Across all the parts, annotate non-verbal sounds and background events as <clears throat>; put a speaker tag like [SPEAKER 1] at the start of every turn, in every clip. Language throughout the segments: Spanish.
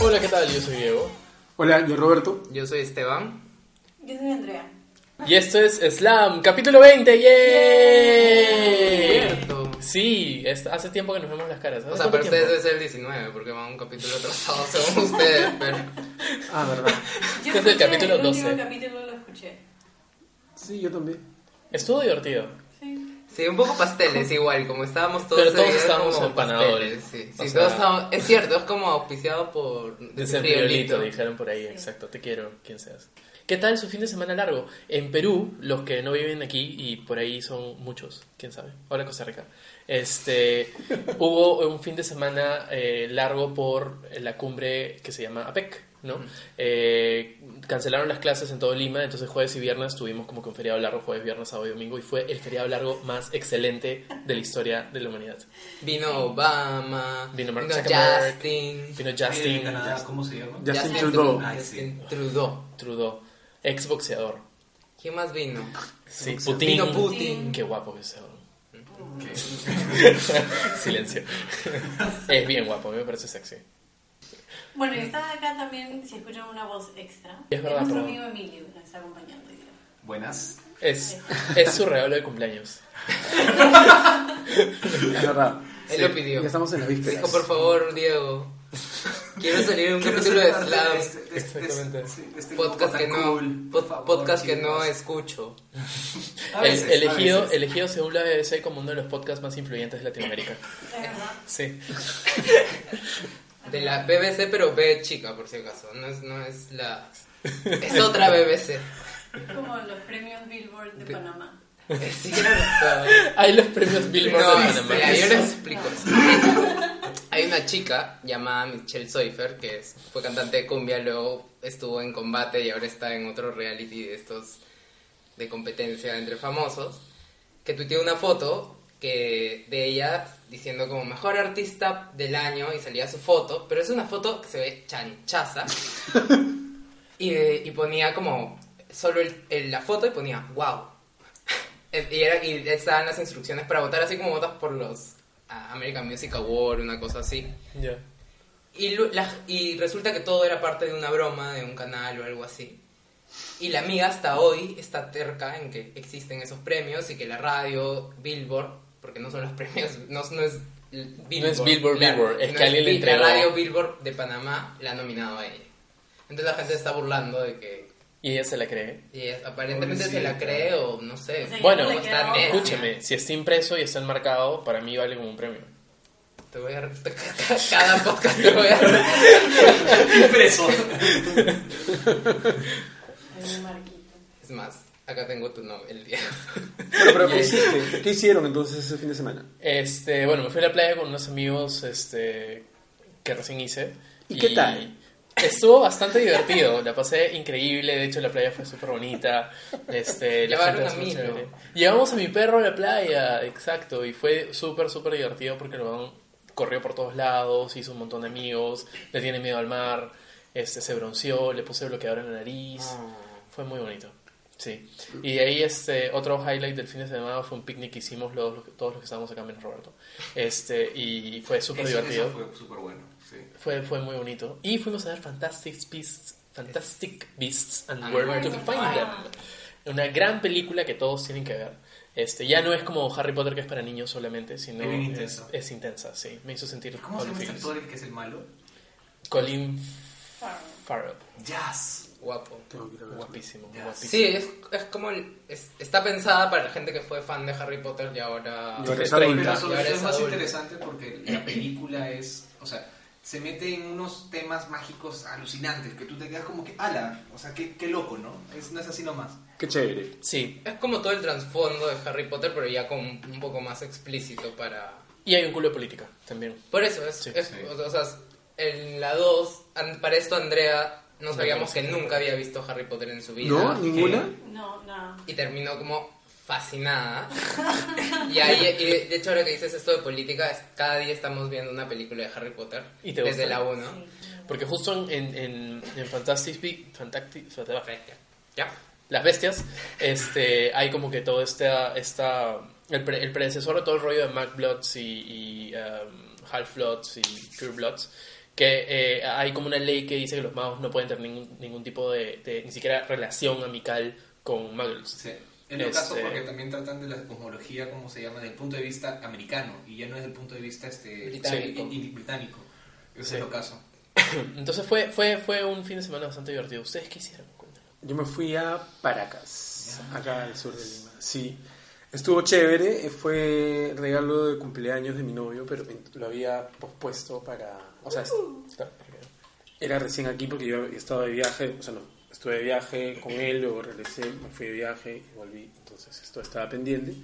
[SPEAKER 1] Hola, ¿qué tal? Yo soy Diego.
[SPEAKER 2] Hola, yo Roberto.
[SPEAKER 3] Yo soy Esteban.
[SPEAKER 4] Yo soy Andrea.
[SPEAKER 1] Y esto es Slam, capítulo 20, ¡yay!
[SPEAKER 3] Cierto.
[SPEAKER 1] Sí, es- hace tiempo que nos vemos las caras.
[SPEAKER 3] O
[SPEAKER 1] ¿sabes
[SPEAKER 3] sea, para
[SPEAKER 1] cuánto
[SPEAKER 3] ustedes
[SPEAKER 1] tiempo?
[SPEAKER 3] debe ser el 19, porque va un capítulo atrasado <laughs> según ustedes, pero...
[SPEAKER 2] Ah, verdad.
[SPEAKER 4] Yo
[SPEAKER 1] Este es el
[SPEAKER 4] escuché
[SPEAKER 1] capítulo
[SPEAKER 4] el último
[SPEAKER 1] 12.
[SPEAKER 4] capítulo lo escuché.
[SPEAKER 2] Sí, yo también.
[SPEAKER 1] Estuvo divertido.
[SPEAKER 4] Sí.
[SPEAKER 3] Sí, un poco pasteles igual, como estábamos todos...
[SPEAKER 1] Pero todos
[SPEAKER 3] ese día,
[SPEAKER 1] estábamos
[SPEAKER 3] como
[SPEAKER 1] empanados.
[SPEAKER 3] pasteles, Sí,
[SPEAKER 1] O
[SPEAKER 3] sí
[SPEAKER 1] sea-
[SPEAKER 3] todos estábamos... Es cierto, es como auspiciado por...
[SPEAKER 1] Desde el
[SPEAKER 3] Friolito.
[SPEAKER 1] Friolito, dijeron por ahí, exacto, te quiero, quien seas. ¿Qué tal su fin de semana largo? En Perú, los que no viven aquí, y por ahí son muchos, quién sabe, ahora Costa Rica, este, hubo un fin de semana eh, largo por la cumbre que se llama APEC, ¿no? Eh, cancelaron las clases en todo Lima, entonces jueves y viernes tuvimos como que un feriado largo, jueves, viernes, sábado y domingo, y fue el feriado largo más excelente de la historia de la humanidad.
[SPEAKER 3] Vino Obama,
[SPEAKER 1] Vino
[SPEAKER 3] vino,
[SPEAKER 1] Mark Zuckerberg.
[SPEAKER 3] Justin,
[SPEAKER 1] Vino Justin,
[SPEAKER 5] ¿cómo se llama?
[SPEAKER 2] Ya Justin Trudeau.
[SPEAKER 5] Ah, sí.
[SPEAKER 3] Justin Trudeau.
[SPEAKER 1] Trudeau, exboxeador.
[SPEAKER 3] ¿Quién más vino?
[SPEAKER 1] Sí, Putin.
[SPEAKER 3] Vino Putin.
[SPEAKER 1] Qué guapo que es ese hombre. <laughs> Silencio. es bien guapo, a mí me parece sexy.
[SPEAKER 4] Bueno, y está acá también, si escuchan una voz extra.
[SPEAKER 1] Es verdad,
[SPEAKER 4] nuestro
[SPEAKER 1] pero-
[SPEAKER 4] amigo Emilio que nos está acompañando. hoy día.
[SPEAKER 5] Buenas.
[SPEAKER 1] Es, es su regalo de cumpleaños.
[SPEAKER 2] Es verdad.
[SPEAKER 3] Él
[SPEAKER 1] Sí,
[SPEAKER 3] lo pidió.
[SPEAKER 2] Ya estamos en las
[SPEAKER 3] Dijo,
[SPEAKER 2] vísperas.
[SPEAKER 3] por favor, Diego, quiero salir en un
[SPEAKER 5] Quiero
[SPEAKER 3] capítulo
[SPEAKER 5] ser
[SPEAKER 3] de
[SPEAKER 5] parte
[SPEAKER 3] Slam.
[SPEAKER 5] este- de este-
[SPEAKER 1] Exactamente.
[SPEAKER 5] de este- de este grupo
[SPEAKER 3] Podcast
[SPEAKER 5] tan
[SPEAKER 3] que no,
[SPEAKER 5] cool.
[SPEAKER 3] pod-
[SPEAKER 5] Por favor,
[SPEAKER 3] podcast que no
[SPEAKER 5] chicos.
[SPEAKER 3] escucho.
[SPEAKER 5] A
[SPEAKER 1] El-
[SPEAKER 5] veces, a
[SPEAKER 1] elegido,
[SPEAKER 5] veces.
[SPEAKER 1] elegido según la BBC como uno de los podcasts más influyentes de Latinoamérica.
[SPEAKER 4] Es verdad.
[SPEAKER 1] Sí.
[SPEAKER 3] De la BBC, pero B chica, por si acaso. No es, no es la. Es otra
[SPEAKER 5] <laughs>
[SPEAKER 3] BBC.
[SPEAKER 4] Como los premios Billboard de Panamá.
[SPEAKER 3] Es cierto.
[SPEAKER 1] Hay los premios Billboard
[SPEAKER 3] No,
[SPEAKER 1] de Panamá.
[SPEAKER 3] espera,
[SPEAKER 1] <laughs>
[SPEAKER 3] yo les explico. Hay una chica llamada Michelle Soifer que es- fue cantante de cumbia, luego estuvo en combate y ahora está en otro reality de estos de competencia entre famosos, que tuiteó una foto que de ella diciendo como mejor artista del año y salía su foto, pero es una foto que se ve chanchaza y, y ponía como solo el- el- la foto y ponía wow. Eh, Y, era, y estaban las instrucciones para votar, así como votas por los ah, American Music Award, una cosa así.
[SPEAKER 1] Ya.
[SPEAKER 3] Y, lu- la- y resulta que todo era parte de una broma, de un canal o algo así. Y la amiga hasta hoy está terca en que existen esos premios y que la radio, Billboard, porque no son los <laughs> premios, no, no es l- Billboard.
[SPEAKER 1] Billboard,
[SPEAKER 3] la-
[SPEAKER 1] Billboard, es
[SPEAKER 3] no
[SPEAKER 1] que alguien le
[SPEAKER 3] Bill-
[SPEAKER 1] entregó.
[SPEAKER 3] La radio Billboard de Panamá la ha nominado a ella. Entonces la gente está burlando de que
[SPEAKER 1] Y ella se la cree.
[SPEAKER 3] y es- aparentemente se
[SPEAKER 5] Pobrecita.
[SPEAKER 3] la cree o no sé.
[SPEAKER 4] O sea,
[SPEAKER 1] Eh, Bueno,
[SPEAKER 4] ya no le
[SPEAKER 3] está
[SPEAKER 4] queda otra.
[SPEAKER 3] necio.
[SPEAKER 1] Escúcheme, si está impreso y está enmarcado, para mí vale como un premio.
[SPEAKER 3] Te voy a... <laughs> Cada podcast te voy a...
[SPEAKER 5] Impreso.
[SPEAKER 4] Hay un marquito.
[SPEAKER 3] Es más, acá tengo tu nombre, el día.
[SPEAKER 2] Pero, pero, ¿qué hiciste? ¿Qué hicieron entonces ese fin de semana?
[SPEAKER 1] Este, bueno, me fui a la playa con unos amigos este, que recién hice.
[SPEAKER 2] ¿Y qué tal?
[SPEAKER 1] Estuvo bastante divertido, la pasé increíble, de hecho la playa fue súper bonita. Este, la
[SPEAKER 3] Llevaron
[SPEAKER 1] gente
[SPEAKER 3] a
[SPEAKER 1] es muy
[SPEAKER 3] mí, ¿no?
[SPEAKER 1] chévere. Llevamos a mi perro a la playa, exacto, y fue súper, súper divertido porque el huevón corrió por todos lados, hizo un montón de amigos, le tiene miedo al mar, este, se bronceó, le puse bloqueador en la nariz.
[SPEAKER 5] Ah.
[SPEAKER 1] Fue muy bonito. Sí. Y de ahí este otro highlight del fin de semana fue un picnic que hicimos los, los- todos los que estábamos acá menos Roberto. Este, y fue súper
[SPEAKER 5] Eso-
[SPEAKER 1] divertido.
[SPEAKER 5] eso fue súper bueno. Sí.
[SPEAKER 1] Fue, fue muy bonito. Y fuimos a ver Fantastic Beasts, Fantastic Beasts
[SPEAKER 5] Ah,
[SPEAKER 1] and
[SPEAKER 3] And
[SPEAKER 1] Where
[SPEAKER 3] Where
[SPEAKER 1] to
[SPEAKER 3] to
[SPEAKER 1] Find Them. Una gran película que todos tienen que ver. Este, ya no es como Harry Potter que es para niños solamente, sino
[SPEAKER 5] Es bien
[SPEAKER 1] es,
[SPEAKER 5] intensa.
[SPEAKER 1] es intensa, sí. Me hizo sentir
[SPEAKER 5] ¿Cómo se
[SPEAKER 1] Colin
[SPEAKER 5] llama este
[SPEAKER 1] Farrell.
[SPEAKER 5] actor el que es el malo?
[SPEAKER 1] Colin
[SPEAKER 4] Farrell.
[SPEAKER 1] Farrell.
[SPEAKER 5] Jazz.
[SPEAKER 3] Guapo.
[SPEAKER 2] Tengo que ir a ver.
[SPEAKER 1] Guapísimo,
[SPEAKER 5] Ya.
[SPEAKER 1] guapísimo.
[SPEAKER 3] Sí, es, es como... el- es- está pensada para la gente que fue fan de Harry Potter y ahora...
[SPEAKER 2] Y ahora es
[SPEAKER 5] Pero
[SPEAKER 2] adulta.
[SPEAKER 5] sobre
[SPEAKER 3] ahora
[SPEAKER 5] todo
[SPEAKER 3] es
[SPEAKER 5] es más
[SPEAKER 3] adulto.
[SPEAKER 5] interesante porque la película es, o sea, se mete en unos temas mágicos alucinantes que tú te quedas como que, ala, o sea, qué, qué loco, ¿no? Es, no es así nomás.
[SPEAKER 2] Qué chévere.
[SPEAKER 1] Sí,
[SPEAKER 3] Es como todo el trasfondo de Harry Potter, pero ya con un poco más explícito para...
[SPEAKER 1] Y hay un culo de política también.
[SPEAKER 3] Por eso, es,
[SPEAKER 1] Sí,
[SPEAKER 3] es-
[SPEAKER 5] sí.
[SPEAKER 3] o sea, en la 2, an- para esto Andrea, no
[SPEAKER 1] No
[SPEAKER 3] sabíamos que
[SPEAKER 1] conoce.
[SPEAKER 3] nunca había visto Harry Potter en su vida.
[SPEAKER 2] ¿No?
[SPEAKER 3] Eh,
[SPEAKER 2] ¿Ninguna?
[SPEAKER 4] No, nada.
[SPEAKER 3] y terminó como fascinada. y ahí, y de hecho, ahora que dices esto de política, es- cada día estamos viendo una película de Harry Potter.
[SPEAKER 1] ¿Y te
[SPEAKER 3] desde
[SPEAKER 1] gusta?
[SPEAKER 3] la 1.
[SPEAKER 4] Sí.
[SPEAKER 1] Porque justo en, en, en, en Fantastic Beasts, Fantastic, Fantastic-
[SPEAKER 3] Perfecto. Ya.
[SPEAKER 1] las bestias, este, hay como que todo esta, esta el, pre- el predecesor de todo el rollo de Mac Bloods y, y, um, Half Bloods y Pure Bloods, que eh, hay como una ley que dice que los magos no pueden tener ningún, ningún tipo de, de- ni siquiera relación amical con muggles.
[SPEAKER 5] Sí. En el caso,
[SPEAKER 1] Este-
[SPEAKER 5] porque también tratan de la cosmología, como se llama, desde el punto de vista americano y ya no desde el punto de vista este,
[SPEAKER 3] Británico.
[SPEAKER 5] i- i- británico. Ese
[SPEAKER 1] Sí.
[SPEAKER 5] es el caso.
[SPEAKER 1] Entonces fue, fue, fue un fin de semana bastante divertido. ¿Ustedes qué hicieron? Cuéntanos.
[SPEAKER 2] Yo me fui a Paracas, acá al sur de Lima. Sí, estuvo chévere, eh, fue regalo de cumpleaños de mi novio, pero en- lo había pospuesto para... O sea, es- era recién aquí porque yo estaba de viaje, o sea, no, estuve de viaje con él, luego regresé, me fui de viaje y volví, entonces esto estaba pendiente.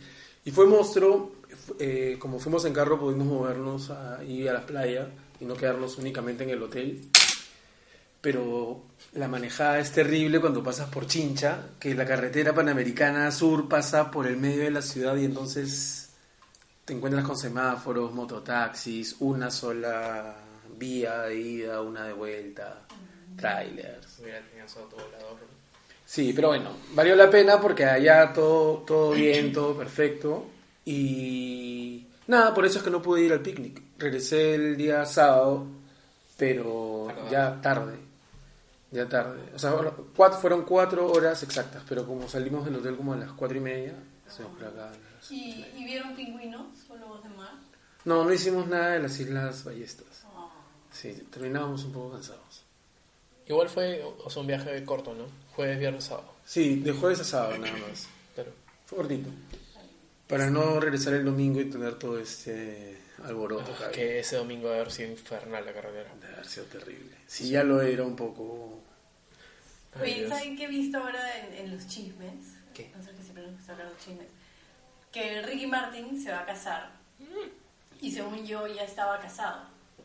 [SPEAKER 2] Y fue monstruo, fu- eh, como fuimos en carro pudimos movernos a, y a la playa y no quedarnos únicamente en el hotel, pero la manejada es terrible cuando pasas por Chincha, que la carretera panamericana sur pasa por el medio de la ciudad y entonces te encuentras con semáforos, mototaxis, una sola vía de ida, una de vuelta, trailers.
[SPEAKER 1] Hubiera tenido otro volador. ¿no?
[SPEAKER 2] Sí, pero bueno, valió la pena porque allá todo, todo bien, todo perfecto. Y nada, por eso es que no pude ir al picnic. Regresé el día sábado, pero ya tarde. Ya tarde. O sea, bueno, cuat- fueron cuatro horas exactas, pero como salimos del hotel como a las cuatro y media, estuvimos por acá. a las-
[SPEAKER 4] ¿Y, y vieron pingüinos o lobos de mar?
[SPEAKER 2] No, no hicimos nada de las Islas Ballestas.
[SPEAKER 4] Oh.
[SPEAKER 2] Sí, terminábamos un poco cansados.
[SPEAKER 1] Igual fue, o sea, un viaje corto, ¿no? Jueves, viernes, sábado.
[SPEAKER 2] Sí, de jueves a sábado nada más.
[SPEAKER 1] Pero,
[SPEAKER 2] Fue gordito. Para no regresar el domingo y tener todo este alboroto.
[SPEAKER 1] ah,
[SPEAKER 2] acá.
[SPEAKER 1] que ese domingo debe haber sido infernal la carretera.
[SPEAKER 2] De haber sido terrible. Si ya lo era un poco.
[SPEAKER 1] Ay,
[SPEAKER 4] Oye,
[SPEAKER 1] Dios.
[SPEAKER 4] ¿saben qué he visto ahora en, en los chismes?
[SPEAKER 3] ¿Qué?
[SPEAKER 4] No sé que siempre nos gusta hablar de los chismes. Que Ricky Martin se va a casar.
[SPEAKER 1] Mm.
[SPEAKER 4] Y según yo ya estaba casado.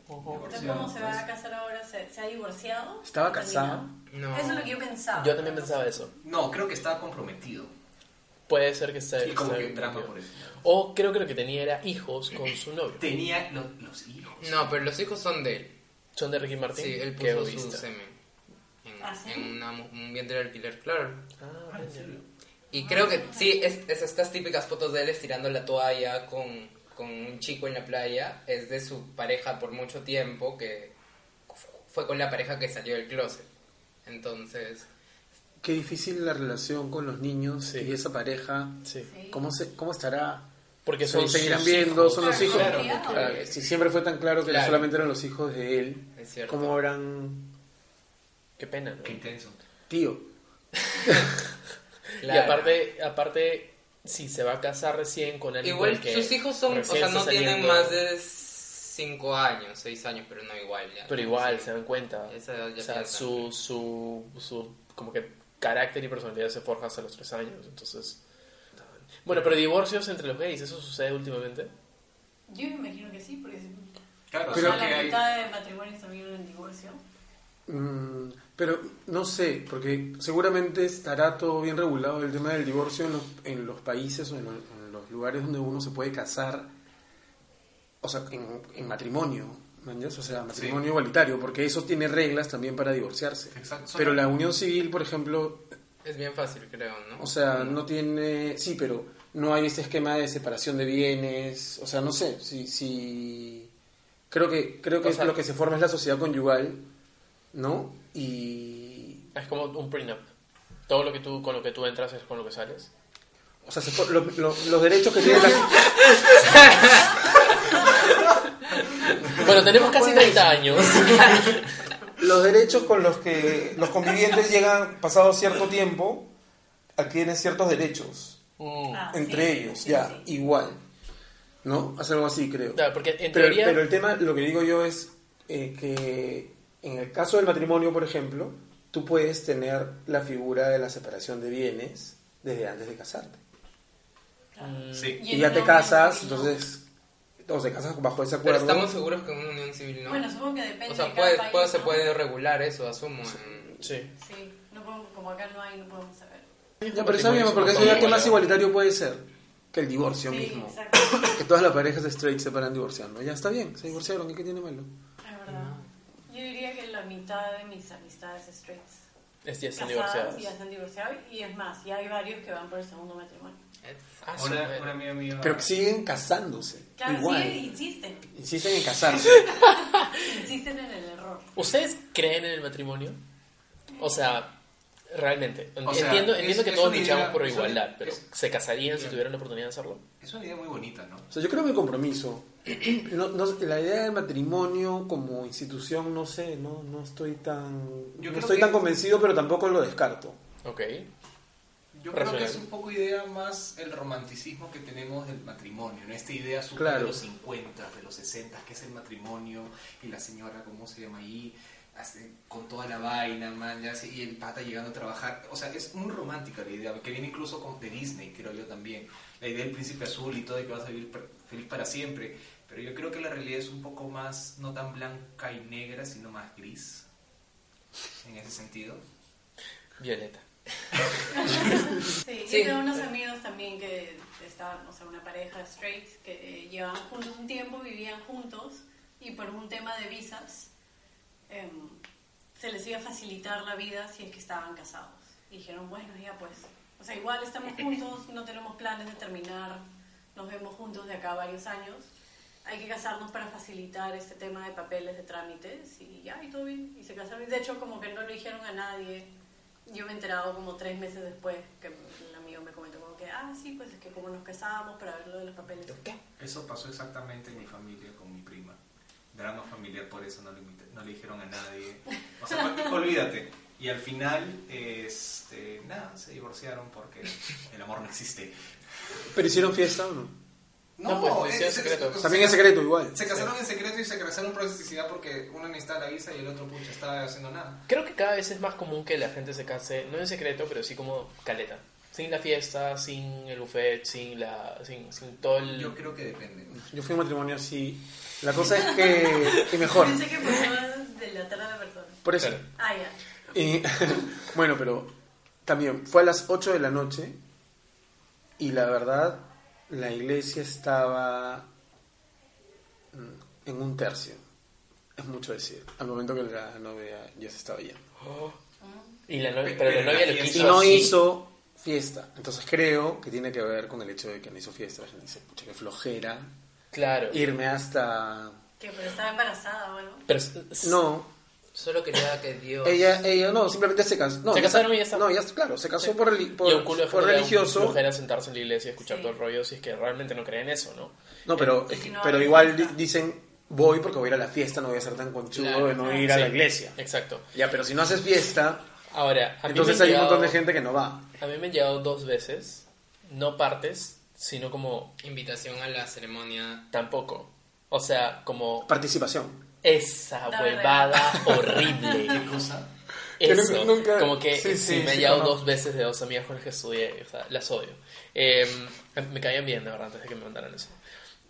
[SPEAKER 4] Oh. Entonces, ¿cómo se va a casar ahora? ¿Se, se ha divorciado?
[SPEAKER 2] ¿Estaba
[SPEAKER 4] ¿O
[SPEAKER 2] casado?
[SPEAKER 4] terminado?
[SPEAKER 3] No.
[SPEAKER 4] Eso es lo que yo pensaba.
[SPEAKER 1] Yo también pensaba eso.
[SPEAKER 5] No, creo que estaba comprometido.
[SPEAKER 1] Puede ser que esté.
[SPEAKER 5] Y como
[SPEAKER 1] esté
[SPEAKER 5] que drama por eso.
[SPEAKER 1] O creo que lo que tenía era hijos con su novio.
[SPEAKER 5] Tenía lo- los hijos.
[SPEAKER 3] No, pero los hijos son de él.
[SPEAKER 1] Son de Ricky Martin.
[SPEAKER 3] Sí, él
[SPEAKER 1] Qué
[SPEAKER 3] puso su
[SPEAKER 1] egoísta.
[SPEAKER 3] semen en,
[SPEAKER 4] ¿Ah, sí?
[SPEAKER 3] en una mu- un vientre de alquiler, claro.
[SPEAKER 1] Ah,
[SPEAKER 5] Ah, ¿en
[SPEAKER 1] mira.
[SPEAKER 5] serio?
[SPEAKER 3] Y creo que sí, es, es estas típicas fotos de él estirando la toalla con, con un chico en la playa, es de su pareja por mucho tiempo, que f- fue con la pareja que salió del closet. Entonces,
[SPEAKER 2] Qué difícil la relación con los niños
[SPEAKER 1] Sí.
[SPEAKER 2] y esa pareja.
[SPEAKER 1] Sí.
[SPEAKER 4] Sí.
[SPEAKER 2] ¿Cómo, se, cómo estará?
[SPEAKER 1] Porque
[SPEAKER 2] Se
[SPEAKER 1] son
[SPEAKER 2] seguirán
[SPEAKER 1] sus
[SPEAKER 2] viendo,
[SPEAKER 1] hijos.
[SPEAKER 2] son los
[SPEAKER 4] Claro,
[SPEAKER 2] hijos.
[SPEAKER 4] claro,
[SPEAKER 2] Claro,
[SPEAKER 4] claro.
[SPEAKER 2] Si siempre fue tan claro que
[SPEAKER 3] Claro.
[SPEAKER 2] no solamente eran los hijos de él,
[SPEAKER 3] es cierto.
[SPEAKER 2] ¿cómo habrán
[SPEAKER 1] Qué pena, ¿no?
[SPEAKER 5] Qué intenso.
[SPEAKER 2] tío?
[SPEAKER 1] Y
[SPEAKER 3] Claro.
[SPEAKER 1] aparte, aparte, si se va a casar recién con alguien con
[SPEAKER 3] igual
[SPEAKER 1] el que
[SPEAKER 3] sus hijos son, o
[SPEAKER 1] recién
[SPEAKER 3] sea,
[SPEAKER 1] está
[SPEAKER 3] no tienen
[SPEAKER 1] saliendo,
[SPEAKER 3] más de 5 años, 6 años, pero no igual. ya.
[SPEAKER 1] Pero igual,
[SPEAKER 3] Sí.
[SPEAKER 1] se dan cuenta.
[SPEAKER 3] Esa edad ya
[SPEAKER 1] o sea,
[SPEAKER 3] piensan.
[SPEAKER 1] su, su, su, como que carácter y personalidad se forja hasta los tres años, entonces... Bueno, pero divorcios entre los gays, ¿eso sucede últimamente?
[SPEAKER 4] Yo me imagino que sí, porque si
[SPEAKER 5] Claro,
[SPEAKER 2] Pero-
[SPEAKER 4] o sea,
[SPEAKER 5] o sea, que
[SPEAKER 4] la
[SPEAKER 5] hay-
[SPEAKER 4] mitad de matrimonios terminan en divorcio.
[SPEAKER 2] Mm, pero no sé, porque seguramente estará todo bien regulado el tema del divorcio en los, en los países o en, lo- en los lugares donde uno se puede casar, o sea, en, en matrimonio, ¿me entiendes? O sea, matrimonio
[SPEAKER 5] Sí.
[SPEAKER 2] igualitario, porque eso tiene reglas también para divorciarse.
[SPEAKER 5] Exacto.
[SPEAKER 2] Pero la unión civil, por ejemplo,
[SPEAKER 3] Es bien fácil, creo, ¿no?
[SPEAKER 2] o sea, no tiene, sí, pero no hay este esquema de separación de bienes, o sea, no sé, si, si creo que creo que
[SPEAKER 1] O
[SPEAKER 2] es
[SPEAKER 1] sea-
[SPEAKER 2] lo que se forma es la sociedad conyugal, ¿no? Y
[SPEAKER 1] Es como un prenup. Todo lo que tú, con lo que tú entras es con lo que
[SPEAKER 2] <laughs>
[SPEAKER 1] sales.
[SPEAKER 2] o sea, se for- lo- lo- los derechos que tiene la
[SPEAKER 1] Bueno, tenemos casi 30 años.
[SPEAKER 2] <laughs> <laughs> los derechos con los que los convivientes llegan pasado cierto tiempo adquieren ciertos derechos
[SPEAKER 1] Mm.
[SPEAKER 4] Ah, sí,
[SPEAKER 2] entre ellos,
[SPEAKER 4] sí,
[SPEAKER 2] ya,
[SPEAKER 4] sí.
[SPEAKER 2] igual. ¿No? Hace algo así, creo.
[SPEAKER 1] Claro, porque en
[SPEAKER 2] pero,
[SPEAKER 1] teoría... mm,
[SPEAKER 2] pero el tema, lo que digo yo es eh, que en el caso del matrimonio, por ejemplo, tú puedes tener la figura de la separación de bienes desde antes de casarte.
[SPEAKER 4] Claro.
[SPEAKER 5] Sí.
[SPEAKER 2] Y,
[SPEAKER 4] en
[SPEAKER 2] ya
[SPEAKER 4] una
[SPEAKER 2] te
[SPEAKER 4] unión
[SPEAKER 2] casas,
[SPEAKER 4] civil no.
[SPEAKER 2] entonces, o te casas bajo ese
[SPEAKER 3] Pero
[SPEAKER 2] acuerdo.
[SPEAKER 3] estamos seguros que en una unión civil no.
[SPEAKER 4] Bueno, supongo que depende
[SPEAKER 3] o sea,
[SPEAKER 4] de cada
[SPEAKER 3] puede,
[SPEAKER 4] país,
[SPEAKER 3] puede- se
[SPEAKER 4] ¿no?
[SPEAKER 3] puede regular eso, asumo. en-
[SPEAKER 1] Sí.
[SPEAKER 4] Sí, no podemos- como acá no hay, no podemos saber.
[SPEAKER 2] Ya, pero está bien, porque eso ya que más igualitario puede ser que el divorcio
[SPEAKER 4] sí,
[SPEAKER 2] mismo.
[SPEAKER 4] exacto.
[SPEAKER 2] Que todas las parejas straight se paran divorciando. Ya está bien, se divorciaron, ¿y qué tiene malo?
[SPEAKER 4] Es verdad. Yo diría que la mitad de mis amistades straights
[SPEAKER 1] Es ya están
[SPEAKER 4] casados
[SPEAKER 1] divorciados.
[SPEAKER 4] y ya se han divorciado. Y es más, ya hay varios que van por el segundo matrimonio.
[SPEAKER 1] Ah, su
[SPEAKER 5] Una,
[SPEAKER 1] madre.
[SPEAKER 5] una amiga mía.
[SPEAKER 2] Pero que siguen casándose.
[SPEAKER 4] Claro,
[SPEAKER 2] Igual.
[SPEAKER 4] sí, insisten.
[SPEAKER 2] Insisten en
[SPEAKER 4] <laughs>
[SPEAKER 2] casarse.
[SPEAKER 4] Insisten en el error.
[SPEAKER 1] ¿Ustedes creen en el matrimonio? O sea, realmente.
[SPEAKER 5] O sea,
[SPEAKER 1] entiendo
[SPEAKER 5] es-
[SPEAKER 1] entiendo que
[SPEAKER 5] es
[SPEAKER 1] todos
[SPEAKER 5] una
[SPEAKER 1] luchamos
[SPEAKER 5] idea-
[SPEAKER 1] por
[SPEAKER 5] es una-
[SPEAKER 1] igualdad, pero
[SPEAKER 5] es-
[SPEAKER 1] ¿se casarían si
[SPEAKER 5] Bien.
[SPEAKER 1] tuvieran la oportunidad de hacerlo?
[SPEAKER 5] Es una idea muy bonita, ¿no?
[SPEAKER 2] O sea, yo creo que el compromiso. <clears throat> No, no, la idea del matrimonio como institución, no sé, no, no estoy tan. no
[SPEAKER 5] Yo creo
[SPEAKER 2] estoy
[SPEAKER 5] que-
[SPEAKER 2] tan convencido, pero tampoco lo descarto.
[SPEAKER 1] Ok.
[SPEAKER 5] Yo creo que es
[SPEAKER 1] Racional.
[SPEAKER 5] un poco idea más el romanticismo que tenemos del matrimonio, ¿no? Esta idea súper
[SPEAKER 2] Claro.
[SPEAKER 5] de los 50, de los 60, que es el matrimonio y la señora, ¿cómo se llama ahí? Hace- con toda la vaina, man, ya, así, y el pata llegando a trabajar. O sea, es muy romántica la idea, que viene incluso con, de Disney, creo yo también. La idea del príncipe azul y todo, de que vas a vivir per- feliz para siempre. Pero yo creo que la realidad es un poco más, no tan blanca y negra, sino más gris, en ese sentido.
[SPEAKER 1] Violeta.
[SPEAKER 4] Sí,
[SPEAKER 3] Sí.
[SPEAKER 4] yo tengo unos amigos también que estaban, o sea, una pareja straight que eh, llevaban juntos un tiempo, vivían juntos y por un tema de visas em, se les iba a facilitar la vida si es que estaban casados. Y dijeron, bueno, ya pues, o sea, igual estamos juntos, no tenemos planes de terminar, nos vemos juntos de acá a varios años. Hay que casarnos para facilitar este tema de papeles, de trámites y ya, y todo bien. Y se casaron. De hecho, como que no lo dijeron a nadie. Yo me he enterado como tres meses después que un amigo me comentó como que, ah, sí, pues es que como nos casábamos para ver lo de los papeles.
[SPEAKER 5] Eso pasó exactamente en mi familia con mi prima. Drama familiar, por eso no le, invité- no le dijeron a nadie. O sea, fue- olvídate. Y al final, este, nada, se divorciaron porque el amor no existe.
[SPEAKER 2] ¿Pero hicieron fiesta o no?
[SPEAKER 1] No, pues, lo hicieron
[SPEAKER 5] es- es-
[SPEAKER 1] secreto.
[SPEAKER 5] o sea,
[SPEAKER 2] También es secreto, igual.
[SPEAKER 5] Se casaron en secreto y se casaron por necesidad porque uno necesitaba la visa y el otro, pucha, estaba haciendo nada.
[SPEAKER 1] Creo que cada vez es más común que la gente se case, no en secreto, pero sí como caleta. Sin la fiesta, sin el buffet, sin, la, sin, sin todo el...
[SPEAKER 5] Yo creo que depende.
[SPEAKER 2] Yo fui a un matrimonio así. La cosa es que. Y mejor.
[SPEAKER 4] Pensé que pasaba delatar a la persona.
[SPEAKER 2] Por eso.
[SPEAKER 1] Claro.
[SPEAKER 4] Ah, ya.
[SPEAKER 2] Y, <laughs> bueno, pero también fue a las 8 de la noche y la verdad la iglesia estaba mm, en un tercio. Es mucho decir. Al momento que la novia ya se estaba yendo.
[SPEAKER 1] Y la novia,
[SPEAKER 5] Pe-
[SPEAKER 1] pero la
[SPEAKER 5] pero
[SPEAKER 1] novia
[SPEAKER 5] la
[SPEAKER 1] lo
[SPEAKER 5] fiesta-
[SPEAKER 2] Y
[SPEAKER 1] quiso
[SPEAKER 2] no
[SPEAKER 1] así.
[SPEAKER 2] hizo fiesta. Entonces creo que tiene que ver con el hecho de que no hizo fiesta. La gente dice, pucha, qué flojera.
[SPEAKER 1] Claro.
[SPEAKER 2] Irme hasta...
[SPEAKER 4] Que pero estaba embarazada o algo.
[SPEAKER 1] Pero s- s-
[SPEAKER 2] No,
[SPEAKER 3] Solo quería que Dios.
[SPEAKER 2] Ella, ella, no, simplemente se casó. No,
[SPEAKER 1] Se casaron y ya está.
[SPEAKER 2] No, ya está, claro, se casó por, reli-
[SPEAKER 1] y a un culo de gente le da
[SPEAKER 2] por, por
[SPEAKER 1] un
[SPEAKER 2] religioso.
[SPEAKER 1] flojera sentarse en la iglesia y escuchar
[SPEAKER 4] Sí.
[SPEAKER 1] todo el rollo si es que realmente no creen eso, ¿no?
[SPEAKER 2] No, pero, eh,
[SPEAKER 4] Y si no,
[SPEAKER 2] pero
[SPEAKER 4] no
[SPEAKER 2] igual
[SPEAKER 4] importa.
[SPEAKER 2] di- dicen, voy porque voy a ir a la fiesta, no voy a ser tan conchudo
[SPEAKER 1] Claro,
[SPEAKER 2] de no ir a
[SPEAKER 1] Sí,
[SPEAKER 2] la iglesia.
[SPEAKER 1] Exacto.
[SPEAKER 2] Ya, pero si no haces fiesta,
[SPEAKER 1] Ahora, a mí
[SPEAKER 2] entonces
[SPEAKER 1] me han
[SPEAKER 2] hay un montón de
[SPEAKER 1] llegado-
[SPEAKER 2] gente que no va.
[SPEAKER 1] A mí me han llegado dos veces, no partes, sino como
[SPEAKER 3] Invitación a la ceremonia.
[SPEAKER 1] tampoco. O sea, como
[SPEAKER 2] Participación.
[SPEAKER 1] esa
[SPEAKER 4] La
[SPEAKER 1] huevada
[SPEAKER 5] ¿Qué
[SPEAKER 1] horrible.
[SPEAKER 5] cosa?
[SPEAKER 2] Que
[SPEAKER 1] Eso.
[SPEAKER 2] nunca- nunca-
[SPEAKER 1] como que sí,
[SPEAKER 2] sí, sí,
[SPEAKER 1] me han
[SPEAKER 2] sí,
[SPEAKER 1] llegado
[SPEAKER 2] conozco.
[SPEAKER 1] dos veces de dos amigas con las que estudié, o sea, las odio. Eh, me caían bien, de verdad, antes de que me mandaran eso.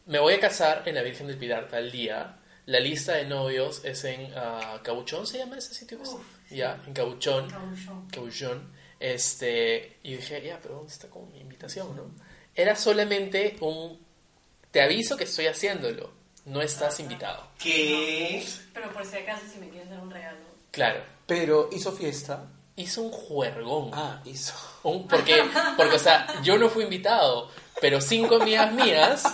[SPEAKER 1] Me voy a casar en la Virgen del Pilar tal día. La lista de novios es en ah, Cabuchón, ¿se llama ese sitio?
[SPEAKER 4] Uf.
[SPEAKER 1] ya, en Cabuchón.
[SPEAKER 4] Cauchón.
[SPEAKER 1] Cauchón, este, y dije, ya, pero ¿dónde está como mi invitación, no? Era solamente un, te aviso que estoy haciéndolo, no estás invitado.
[SPEAKER 5] ¿Qué?
[SPEAKER 4] Pero por si acaso, si me quieres dar un regalo.
[SPEAKER 1] Claro,
[SPEAKER 2] Pero hizo fiesta.
[SPEAKER 1] hizo un juergón.
[SPEAKER 2] Ah, hizo.
[SPEAKER 1] Un- porque, porque, o sea, yo no fui invitado, pero cinco amigas mías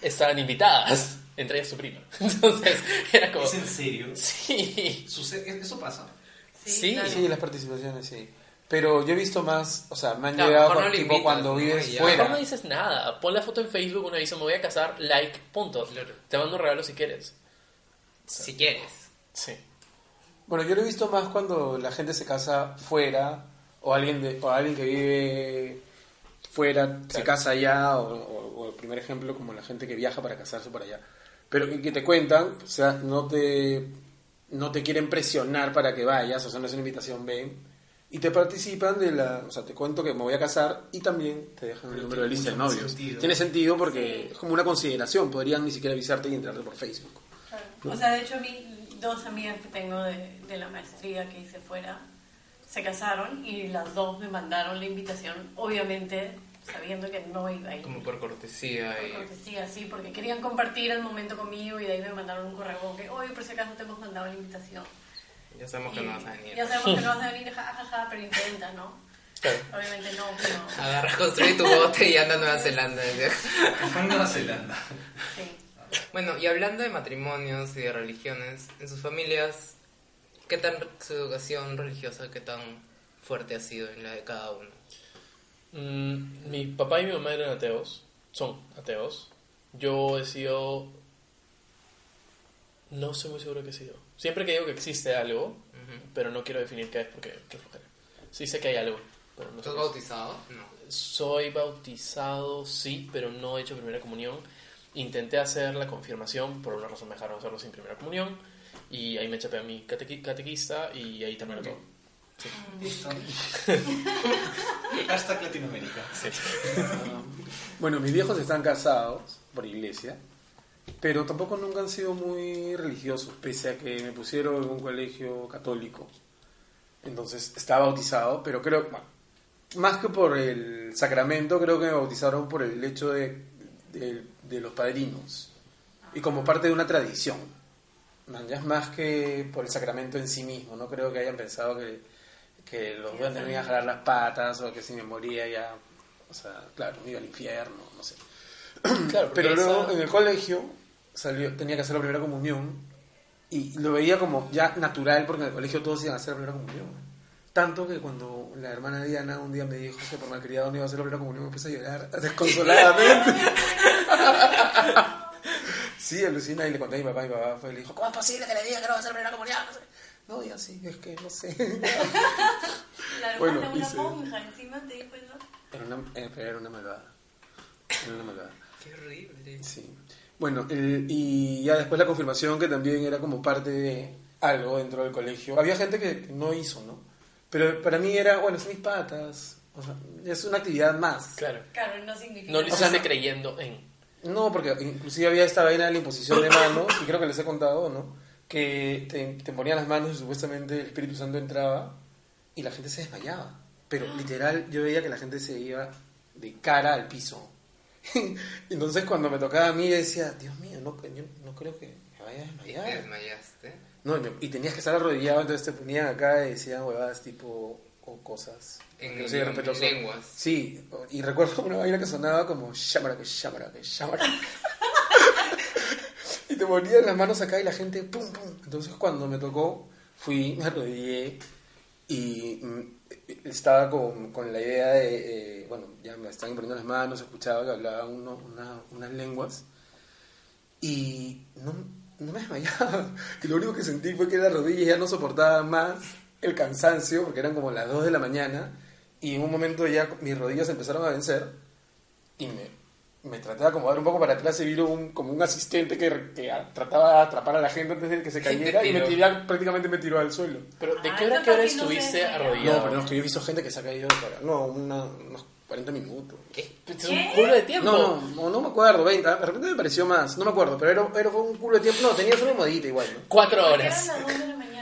[SPEAKER 1] estaban invitadas, entre ellas su prima. <laughs> Entonces, era como,
[SPEAKER 5] ¿Es en serio?
[SPEAKER 1] sí,
[SPEAKER 5] Suce- e-, ¿Eso pasa?
[SPEAKER 1] Sí.
[SPEAKER 4] claro.
[SPEAKER 2] Sí, las participaciones, sí. Pero yo he visto más, o sea, me han
[SPEAKER 3] Claro,
[SPEAKER 2] llegado
[SPEAKER 3] mejor no le
[SPEAKER 2] tipo
[SPEAKER 3] invitas,
[SPEAKER 2] cuando
[SPEAKER 3] ¿no?
[SPEAKER 2] vives
[SPEAKER 3] Y ya.
[SPEAKER 1] mejor no
[SPEAKER 2] fuera.
[SPEAKER 1] dices nada, pon la foto en Facebook, un aviso, me voy a casar, like, punto.
[SPEAKER 3] Claro.
[SPEAKER 1] Te mando un regalo si quieres.
[SPEAKER 3] Si quieres.
[SPEAKER 1] Sí.
[SPEAKER 2] Bueno, yo lo he visto más cuando la gente se casa fuera o alguien de, o alguien que vive fuera se
[SPEAKER 1] Claro.
[SPEAKER 2] casa allá o, o- o el primer ejemplo como la gente que viaja para casarse para allá. Pero y que te cuentan, o sea, no te no te quieren presionar para que vayas, o sea, no es una invitación, ven. Y te participan de la... O sea, te cuento que me voy a casar y también te dejan el
[SPEAKER 5] Pero
[SPEAKER 2] número de
[SPEAKER 5] tiene
[SPEAKER 2] lista de
[SPEAKER 5] mucho más
[SPEAKER 2] novios.
[SPEAKER 5] sentido.
[SPEAKER 2] Tiene sentido porque
[SPEAKER 4] Sí.
[SPEAKER 2] es como una consideración. Podrían ni siquiera avisarte y entrarte por Facebook.
[SPEAKER 4] Claro. O sea, de hecho, a mí, dos amigas que tengo de, de la maestría que hice fuera se casaron y las dos me mandaron la invitación, obviamente sabiendo que no iba a ir.
[SPEAKER 3] Como por cortesía y.
[SPEAKER 4] Porque Pues sí, así, porque querían compartir el momento conmigo y de ahí me mandaron un correo como que, oye, por si acaso te hemos mandado la invitación.
[SPEAKER 3] Ya sabemos que no vas a venir.
[SPEAKER 4] Ya sabemos que no vas a venir, jajaja, pero intenta, ¿no?
[SPEAKER 1] Claro.
[SPEAKER 4] Obviamente no, pero
[SPEAKER 3] Agarras, construye tu bote y anda a Nueva Zelanda.
[SPEAKER 5] Nueva Zelanda.
[SPEAKER 4] sí.
[SPEAKER 3] Bueno, y hablando de matrimonios y de religiones, en sus familias, ¿qué tan su educación religiosa, qué tan fuerte ha sido en la de cada uno?
[SPEAKER 1] Mm, mi papá y mi mamá eran ateos, son ateos. Yo he sido... No soy muy seguro que he sido. Siempre que digo que existe algo,
[SPEAKER 3] Ujú.
[SPEAKER 1] pero no quiero definir qué es porque qué flojera. Sí sé que hay algo, pero no sé
[SPEAKER 3] ¿Estás
[SPEAKER 1] qué es.
[SPEAKER 3] bautizado? No.
[SPEAKER 1] Soy bautizado, sí, pero no he hecho primera comunión. Intenté hacer la confirmación, por una razón me dejaron hacerlo sin primera comunión. Y ahí me chapé a mi catequi- catequista y ahí terminó todo.
[SPEAKER 5] Listo. Hasta Latinoamérica.
[SPEAKER 2] <laughs> Bueno, mis viejos están casados por iglesia, pero tampoco nunca han sido muy religiosos, pese a que me pusieron en un colegio católico. Entonces estaba bautizado, pero creo, bueno, más que por el sacramento, creo que me bautizaron por el hecho de, de- de los padrinos y como parte de una tradición. Man, ya es más que por el sacramento en sí mismo, no creo que hayan pensado que, que los duendes me iban a jalar las patas o que si me moría ya, o sea, claro, me iba al infierno, no sé.
[SPEAKER 1] Claro, eh, porque
[SPEAKER 2] Pero luego
[SPEAKER 1] esa-
[SPEAKER 2] en el colegio salió, tenía que hacer la primera comunión y lo veía como ya natural porque en el colegio todos iban a hacer la primera comunión. Tanto que cuando la hermana Diana un día me dijo que por malcriado no iba a hacer la primera comunión, me puse a llorar <laughs> desconsoladamente. sí, alucina y le conté a mi papá, y mi papá fue y le dijo, ¿cómo es posible que le diga que no va a hacer la primera comunión? No, sé. No, y así, es que no sé. <laughs>
[SPEAKER 4] La hermana,
[SPEAKER 2] Bueno,
[SPEAKER 4] una
[SPEAKER 2] hice-
[SPEAKER 4] monja, encima te dijo eso.
[SPEAKER 2] Era una, era una malvada. Era una malvada.
[SPEAKER 3] Qué horrible.
[SPEAKER 2] Sí. Bueno, el- y ya después la confirmación que también era como parte de algo dentro del colegio. Había gente que no hizo, ¿no? Pero para mí era, bueno, son mis patas. O sea, es una actividad más.
[SPEAKER 1] Claro.
[SPEAKER 4] Claro, no significa.
[SPEAKER 1] No lo
[SPEAKER 2] O sea,
[SPEAKER 1] hiciste
[SPEAKER 2] no-
[SPEAKER 1] creyendo en...
[SPEAKER 2] No, porque inclusive había esta vaina de la imposición de manos, y creo que les he contado, ¿no? Que te, te ponían las manos y supuestamente el Espíritu Santo entraba y la gente se desmayaba. Pero literal, yo veía que la gente se iba de cara al piso. <laughs> Entonces cuando me tocaba a mí yo decía, Dios mío, no, yo no creo que me vaya a
[SPEAKER 3] ¿Te
[SPEAKER 2] desmayar.
[SPEAKER 3] desmayaste?
[SPEAKER 2] No, y, me- y tenías que estar arrodillado, entonces te ponían acá y decían huevadas tipo o cosas.
[SPEAKER 3] En-
[SPEAKER 2] Que no sería
[SPEAKER 3] en
[SPEAKER 2] respetuoso.
[SPEAKER 3] lenguas.
[SPEAKER 2] Sí, y recuerdo una vaina que sonaba como llámara que llámara que llámara.
[SPEAKER 3] <laughs>
[SPEAKER 2] y te ponían las manos acá y la gente pum pum. Entonces cuando me tocó, fui, me arrodillé y mm, estaba con, con la idea de, eh, bueno, ya me estaban poniendo las manos, escuchaba que hablaba uno- una- unas lenguas y no, no me desmayaba. <laughs> Y lo único que sentí fue que las rodillas ya no soportaban más el cansancio, porque eran como las 2 de la mañana, y en un momento ya mis rodillas empezaron a vencer, y me, me traté de acomodar un poco para atrás y vino un, como un asistente que, que a- trataba de atrapar a la gente antes de que se
[SPEAKER 3] Y te
[SPEAKER 2] cayera, y me
[SPEAKER 3] tiró.
[SPEAKER 2] tiró- prácticamente me tiró al suelo.
[SPEAKER 1] Pero ¿de
[SPEAKER 4] Ah,
[SPEAKER 1] qué hora a
[SPEAKER 4] capaz
[SPEAKER 1] qué hora
[SPEAKER 4] que no se
[SPEAKER 1] estuviste
[SPEAKER 4] desmayaba.
[SPEAKER 1] arrodillado?
[SPEAKER 2] No, pero no, es que yo he visto gente que se ha caído, para- no, una- unos 40 minutos.
[SPEAKER 3] ¿Qué?
[SPEAKER 1] Pues, Es un
[SPEAKER 4] ¿Qué?
[SPEAKER 1] culo de tiempo.
[SPEAKER 2] No, no, no, no me acuerdo, 20, de repente me pareció más, no me acuerdo, pero era, era un culo de tiempo, no, tenía solo modita igual, ¿no?
[SPEAKER 1] Cuatro
[SPEAKER 4] Porque eran
[SPEAKER 1] horas.
[SPEAKER 4] las 2 de la mañana.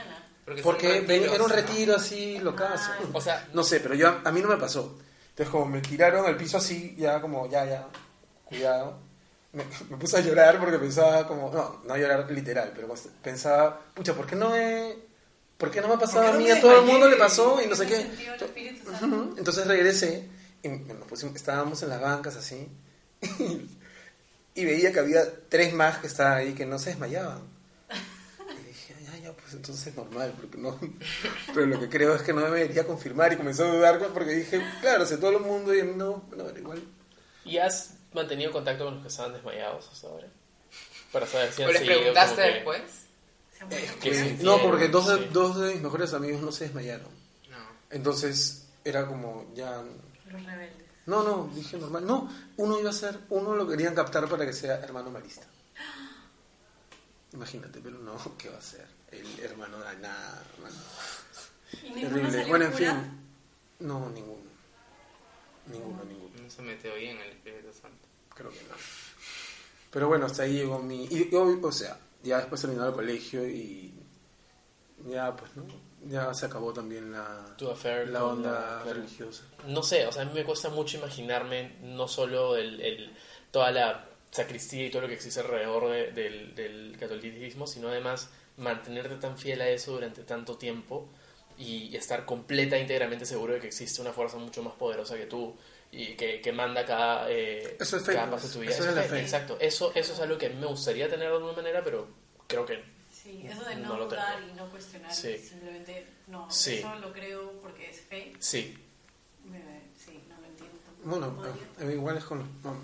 [SPEAKER 3] Porque, son
[SPEAKER 2] Porque ven-
[SPEAKER 3] retiros,
[SPEAKER 2] era un
[SPEAKER 3] ¿no?
[SPEAKER 2] retiro así, locazo.
[SPEAKER 4] Ah.
[SPEAKER 1] O sea,
[SPEAKER 2] No sé, pero yo a mí no me pasó. Entonces como me tiraron al piso así, ya como, ya, ya, cuidado. Me, <laughs> me puse a llorar porque pensaba como, no, no a llorar literal, pero pues, pensaba, pucha, ¿por qué no he- ¿Por qué no me ha pasado
[SPEAKER 5] ¿Por
[SPEAKER 2] a
[SPEAKER 5] qué no
[SPEAKER 2] mí?
[SPEAKER 5] me
[SPEAKER 2] a todo el
[SPEAKER 5] desmayé?
[SPEAKER 2] mundo le pasó y no sé
[SPEAKER 4] Tiene
[SPEAKER 2] qué.
[SPEAKER 4] sentido el Espíritu Santo.
[SPEAKER 2] Ujú. Entonces regresé y nos pusimos, estábamos en las bancas así y veía que había tres más que estaban ahí que no se desmayaban. Y dije, ya, ya, pues entonces es normal, porque no. Pero lo que creo es que no me debería confirmar y comencé a dudar porque dije, claro, sé todo el mundo y no, no, pero igual.
[SPEAKER 1] ¿y has mantenido contacto con los que estaban desmayados hasta ahora? Para saber si
[SPEAKER 3] ¿O
[SPEAKER 1] han
[SPEAKER 3] les
[SPEAKER 1] seguido como
[SPEAKER 3] preguntaste
[SPEAKER 1] que-
[SPEAKER 3] después?
[SPEAKER 4] Se
[SPEAKER 2] Eh,
[SPEAKER 4] murió.
[SPEAKER 1] que sintieron,
[SPEAKER 2] no, porque dos, de-
[SPEAKER 1] sí.
[SPEAKER 2] dos de mis mejores amigos no se desmayaron.
[SPEAKER 3] No.
[SPEAKER 2] Entonces era como, ya,
[SPEAKER 4] Los rebeldes.
[SPEAKER 2] No, no, dije normal. No, uno iba a ser, uno lo querían captar para que sea hermano
[SPEAKER 4] <gasps>
[SPEAKER 2] marista. Imagínate, pero no, <laughs> ¿qué va a ser? El hermano de nada, hermano.
[SPEAKER 4] Y ninguno
[SPEAKER 2] Terrible.
[SPEAKER 4] salió
[SPEAKER 2] Bueno, en
[SPEAKER 4] cura.
[SPEAKER 2] fin. No, ninguno. Ninguno, ninguno.
[SPEAKER 3] No se metió bien el Espíritu Santo.
[SPEAKER 2] Creo que no. Pero bueno, hasta ahí llegó mi... y- y- o sea, ya después terminó el colegio y... Ya, pues, ¿no? Ya se acabó también la,
[SPEAKER 1] Tu affair
[SPEAKER 2] la
[SPEAKER 1] con
[SPEAKER 2] onda
[SPEAKER 1] la-
[SPEAKER 2] religiosa.
[SPEAKER 1] No sé, o sea, a mí me cuesta mucho imaginarme no solo el, el- toda la sacristía y todo lo que existe alrededor de- del, del catolicismo, sino además mantenerte tan fiel a eso durante tanto tiempo y estar completa e íntegramente seguro de que existe una fuerza mucho más poderosa que tú y que, que manda cada, eh,
[SPEAKER 2] Eso es
[SPEAKER 1] cada
[SPEAKER 2] fake
[SPEAKER 1] paso de tu vida.
[SPEAKER 2] news. Eso es la
[SPEAKER 1] fake,
[SPEAKER 2] fake.
[SPEAKER 1] Exacto. Eso, eso es algo que a mí me gustaría tener de alguna manera, pero creo que
[SPEAKER 4] Sí, eso de no,
[SPEAKER 1] No lo
[SPEAKER 4] dudar
[SPEAKER 1] tengo.
[SPEAKER 4] y no cuestionar,
[SPEAKER 1] Sí.
[SPEAKER 4] simplemente no,
[SPEAKER 1] Sí.
[SPEAKER 4] eso lo creo porque es fe.
[SPEAKER 1] sí.
[SPEAKER 4] Me- sí, no lo entiendo tampoco.
[SPEAKER 2] Bueno,
[SPEAKER 1] ah.
[SPEAKER 4] Podría.
[SPEAKER 2] a- a mí igual es con los... no,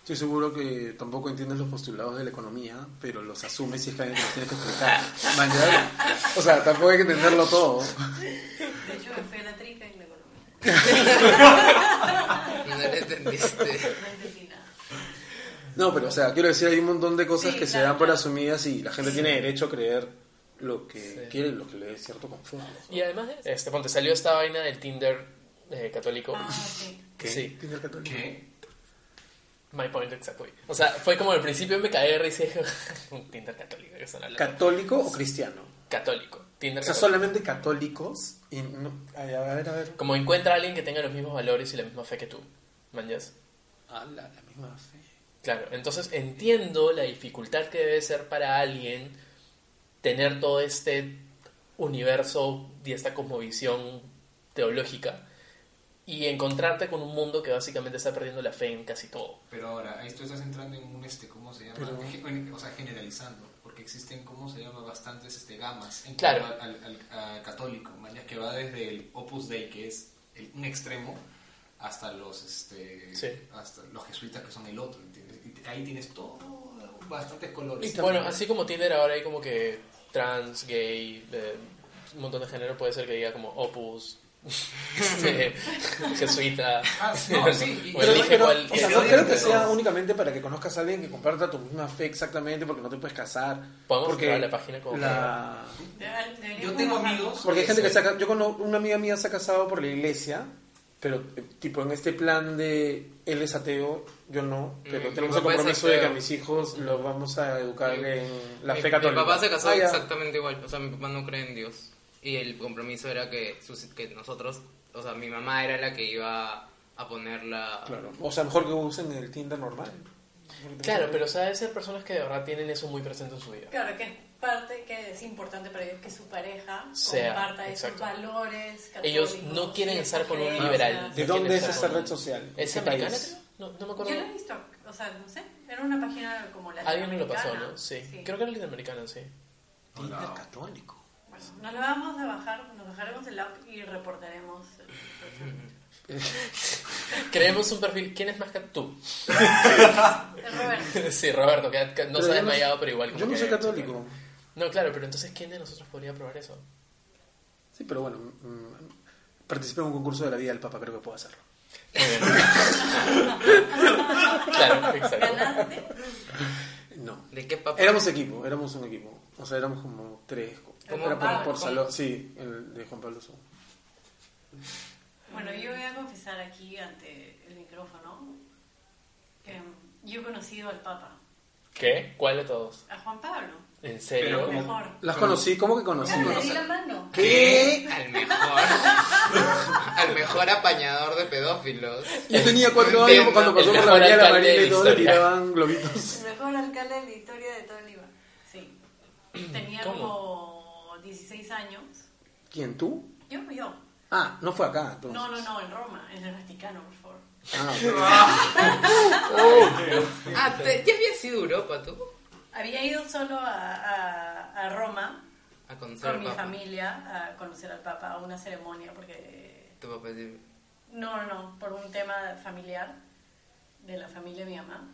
[SPEAKER 2] estoy seguro que tampoco entiendes los postulados de la economía, pero los asumes y es que alguien te los tiene que explicar. Man, ya- o sea, tampoco hay que entenderlo todo.
[SPEAKER 4] pues, De hecho, me fui a la trica en la economía.
[SPEAKER 3] No le entendiste.
[SPEAKER 4] No entendí nada.
[SPEAKER 2] No, pero o sea, quiero decir, hay un montón de cosas
[SPEAKER 4] Sí,
[SPEAKER 2] que se
[SPEAKER 4] claro,
[SPEAKER 2] dan por
[SPEAKER 4] claro.
[SPEAKER 2] asumidas y la gente tiene derecho a creer lo que
[SPEAKER 1] Sí.
[SPEAKER 2] quiere y lo que le dé cierto confort.
[SPEAKER 1] Y además, de- este, ponte, salió esta vaina del Tinder eh, católico.
[SPEAKER 4] Ah, sí.
[SPEAKER 1] Sí,
[SPEAKER 2] Tinder católico.
[SPEAKER 5] ¿Qué?
[SPEAKER 1] my point exactly. O sea, fue como al principio me caí de risa y dije, <laughs> un Tinder católico, que son hablando.
[SPEAKER 2] ¿Católico o cristiano?
[SPEAKER 1] católico.
[SPEAKER 2] O
[SPEAKER 1] Tinder
[SPEAKER 2] sea,
[SPEAKER 1] católico.
[SPEAKER 2] solamente católicos. Y no, ay, a ver, a ver.
[SPEAKER 1] Como encuentra a alguien que tenga los mismos valores y la misma fe que tú. ¿Mañas?
[SPEAKER 2] Ah, la, la misma fe.
[SPEAKER 1] Claro, entonces entiendo la dificultad que debe ser para alguien tener todo este universo y esta cosmovisión teológica y encontrarte con un mundo que básicamente está perdiendo la fe en casi todo.
[SPEAKER 5] Pero ahora, esto estás entrando en un este, ¿cómo se llama?
[SPEAKER 2] Pero-
[SPEAKER 5] Ge- en- O sea, generalizando, porque existen, ¿cómo se llama? Bastantes este, gamas en
[SPEAKER 1] Claro.
[SPEAKER 5] cuanto al, al- al- a católico, mañas que va desde el Opus Dei, que es el- un extremo, hasta los, este,
[SPEAKER 1] Sí.
[SPEAKER 5] hasta los jesuitas, que son el otro, ¿entiendes? Y te- ahí tienes todo, bastantes colores.
[SPEAKER 1] Bueno, así como Tinder ahora hay como que trans, gay, eh, un montón de género puede ser que diga como opus, <laughs> este, jesuita.
[SPEAKER 5] Ah, no, sí, y-
[SPEAKER 1] O
[SPEAKER 5] pero-
[SPEAKER 1] elige
[SPEAKER 5] pero-
[SPEAKER 1] cuál-
[SPEAKER 2] o sea,
[SPEAKER 5] el
[SPEAKER 2] no
[SPEAKER 5] odio
[SPEAKER 2] creo que
[SPEAKER 5] entre
[SPEAKER 2] sea
[SPEAKER 5] todos.
[SPEAKER 2] únicamente para que conozcas a alguien que comparta tu misma fe exactamente, porque no te puedes casar.
[SPEAKER 1] Podemos
[SPEAKER 2] porque
[SPEAKER 1] entrar a la página como
[SPEAKER 2] la-
[SPEAKER 4] Deber- deberíamos
[SPEAKER 5] Yo tengo
[SPEAKER 4] bajarlo.
[SPEAKER 5] amigos.
[SPEAKER 2] Porque hay gente
[SPEAKER 5] Sí.
[SPEAKER 2] que se ha ca- Yo conozco una amiga mía se ha casado por la iglesia, pero eh, tipo en este plan de él es ateo, yo no, pero
[SPEAKER 3] Mm,
[SPEAKER 2] tenemos
[SPEAKER 3] mi
[SPEAKER 2] el
[SPEAKER 3] papá es
[SPEAKER 2] compromiso de que a
[SPEAKER 3] ateo.
[SPEAKER 2] mis hijos los vamos a educar
[SPEAKER 3] Mi-
[SPEAKER 2] en la
[SPEAKER 3] mi,
[SPEAKER 2] fe católica.
[SPEAKER 3] Mi papá se casó
[SPEAKER 2] Ah, ya.
[SPEAKER 3] exactamente igual. O sea, mi papá no cree en Dios. Y el compromiso era que, sus- que nosotros, o sea, mi mamá era la que iba a poner la...
[SPEAKER 2] Claro. O sea, mejor que usen el Tinder normal.
[SPEAKER 1] Claro, pero o sea, debe ser personas que de verdad tienen eso muy presente en su vida.
[SPEAKER 4] Claro, que es parte que es importante para ellos que su pareja
[SPEAKER 1] Sea,
[SPEAKER 4] comparta esos
[SPEAKER 1] exacto.
[SPEAKER 4] valores.
[SPEAKER 1] Ellos
[SPEAKER 4] católicos,
[SPEAKER 1] no quieren
[SPEAKER 4] esas
[SPEAKER 1] estar con un
[SPEAKER 4] creencias.
[SPEAKER 1] liberal.
[SPEAKER 2] Ah,
[SPEAKER 1] No
[SPEAKER 2] ¿De dónde
[SPEAKER 1] quieren
[SPEAKER 2] es
[SPEAKER 1] estar
[SPEAKER 2] esa
[SPEAKER 1] con-
[SPEAKER 2] red social? ¿De
[SPEAKER 1] ¿Es
[SPEAKER 2] qué
[SPEAKER 1] americana,
[SPEAKER 2] país?
[SPEAKER 1] creo? No, no me
[SPEAKER 4] Yo
[SPEAKER 1] acuerdo.
[SPEAKER 4] lo he visto, o sea, no sé, era una página como la
[SPEAKER 1] Alguien me lo pasó, ¿no? Sí. Creo que era latinoamericana, sí.
[SPEAKER 2] Tinder católico.
[SPEAKER 4] Bueno, nos lo vamos a bajar, nos bajaremos el app y reportaremos.
[SPEAKER 1] <laughs>
[SPEAKER 4] el perfil.
[SPEAKER 1] Creemos un perfil. ¿Quién es más que tú? <laughs>
[SPEAKER 4] El Roberto.
[SPEAKER 1] sí, Roberto, que que no
[SPEAKER 2] Pero
[SPEAKER 1] se ha
[SPEAKER 2] yo no-
[SPEAKER 1] desmayado, pero igual. como
[SPEAKER 2] Yo no
[SPEAKER 1] que-
[SPEAKER 2] soy católico.
[SPEAKER 1] No, claro, pero entonces, ¿quién de nosotros podría probar eso?
[SPEAKER 2] Sí, pero bueno, mm, participé en un concurso de la vida del Papa, creo que puedo hacerlo.
[SPEAKER 1] Muy bien. claro, exacto.
[SPEAKER 4] ¿Ganaste?
[SPEAKER 2] No.
[SPEAKER 3] ¿De qué papá?
[SPEAKER 2] Éramos equipo, éramos un equipo. O sea, éramos como tres.
[SPEAKER 4] ¿Cómo?
[SPEAKER 2] Era por,
[SPEAKER 4] Ah,
[SPEAKER 2] por
[SPEAKER 4] ¿cómo?
[SPEAKER 2] salón, sí, el de Juan Pablo II.
[SPEAKER 4] Bueno, yo voy a confesar aquí ante el micrófono. em, yo he conocido al Papa,
[SPEAKER 1] ¿Qué? ¿Cuál de todos?
[SPEAKER 4] a Juan Pablo.
[SPEAKER 1] ¿En
[SPEAKER 5] Pero
[SPEAKER 1] serio?
[SPEAKER 5] como-
[SPEAKER 4] Mejor.
[SPEAKER 2] ¿Las conocí? ¿Cómo que conocí?
[SPEAKER 4] Mira, Ah, le di la mano.
[SPEAKER 2] ¿Qué?
[SPEAKER 3] Al mejor. <laughs> al mejor apañador de pedófilos.
[SPEAKER 2] Yo tenía cuatro años
[SPEAKER 3] Entiendo.
[SPEAKER 2] cuando pasó
[SPEAKER 1] el
[SPEAKER 2] por la
[SPEAKER 1] mejor
[SPEAKER 2] Avenida de la
[SPEAKER 1] alcalde
[SPEAKER 2] Marina
[SPEAKER 1] de la
[SPEAKER 2] y todos le
[SPEAKER 1] historia.
[SPEAKER 2] tiraban globitos.
[SPEAKER 4] El mejor alcalde de la historia de todo Lima. Sí. Tenía como 16 años.
[SPEAKER 2] ¿Quién, tú?
[SPEAKER 4] Yo, yo.
[SPEAKER 2] Ah, no fue acá, entonces.
[SPEAKER 4] No, no, no, en Roma, en el Vaticano, por favor.
[SPEAKER 2] Ah, ok.
[SPEAKER 3] Ah, te- ¿ya habías ido a Europa tú?
[SPEAKER 4] Había ido solo a, a- a Roma
[SPEAKER 3] A conocer
[SPEAKER 4] con
[SPEAKER 3] al
[SPEAKER 4] mi
[SPEAKER 3] papá.
[SPEAKER 4] familia a conocer al Papa, a una ceremonia, porque
[SPEAKER 3] Tu papá es de-
[SPEAKER 4] No, no, por un tema familiar de la familia de mi mamá.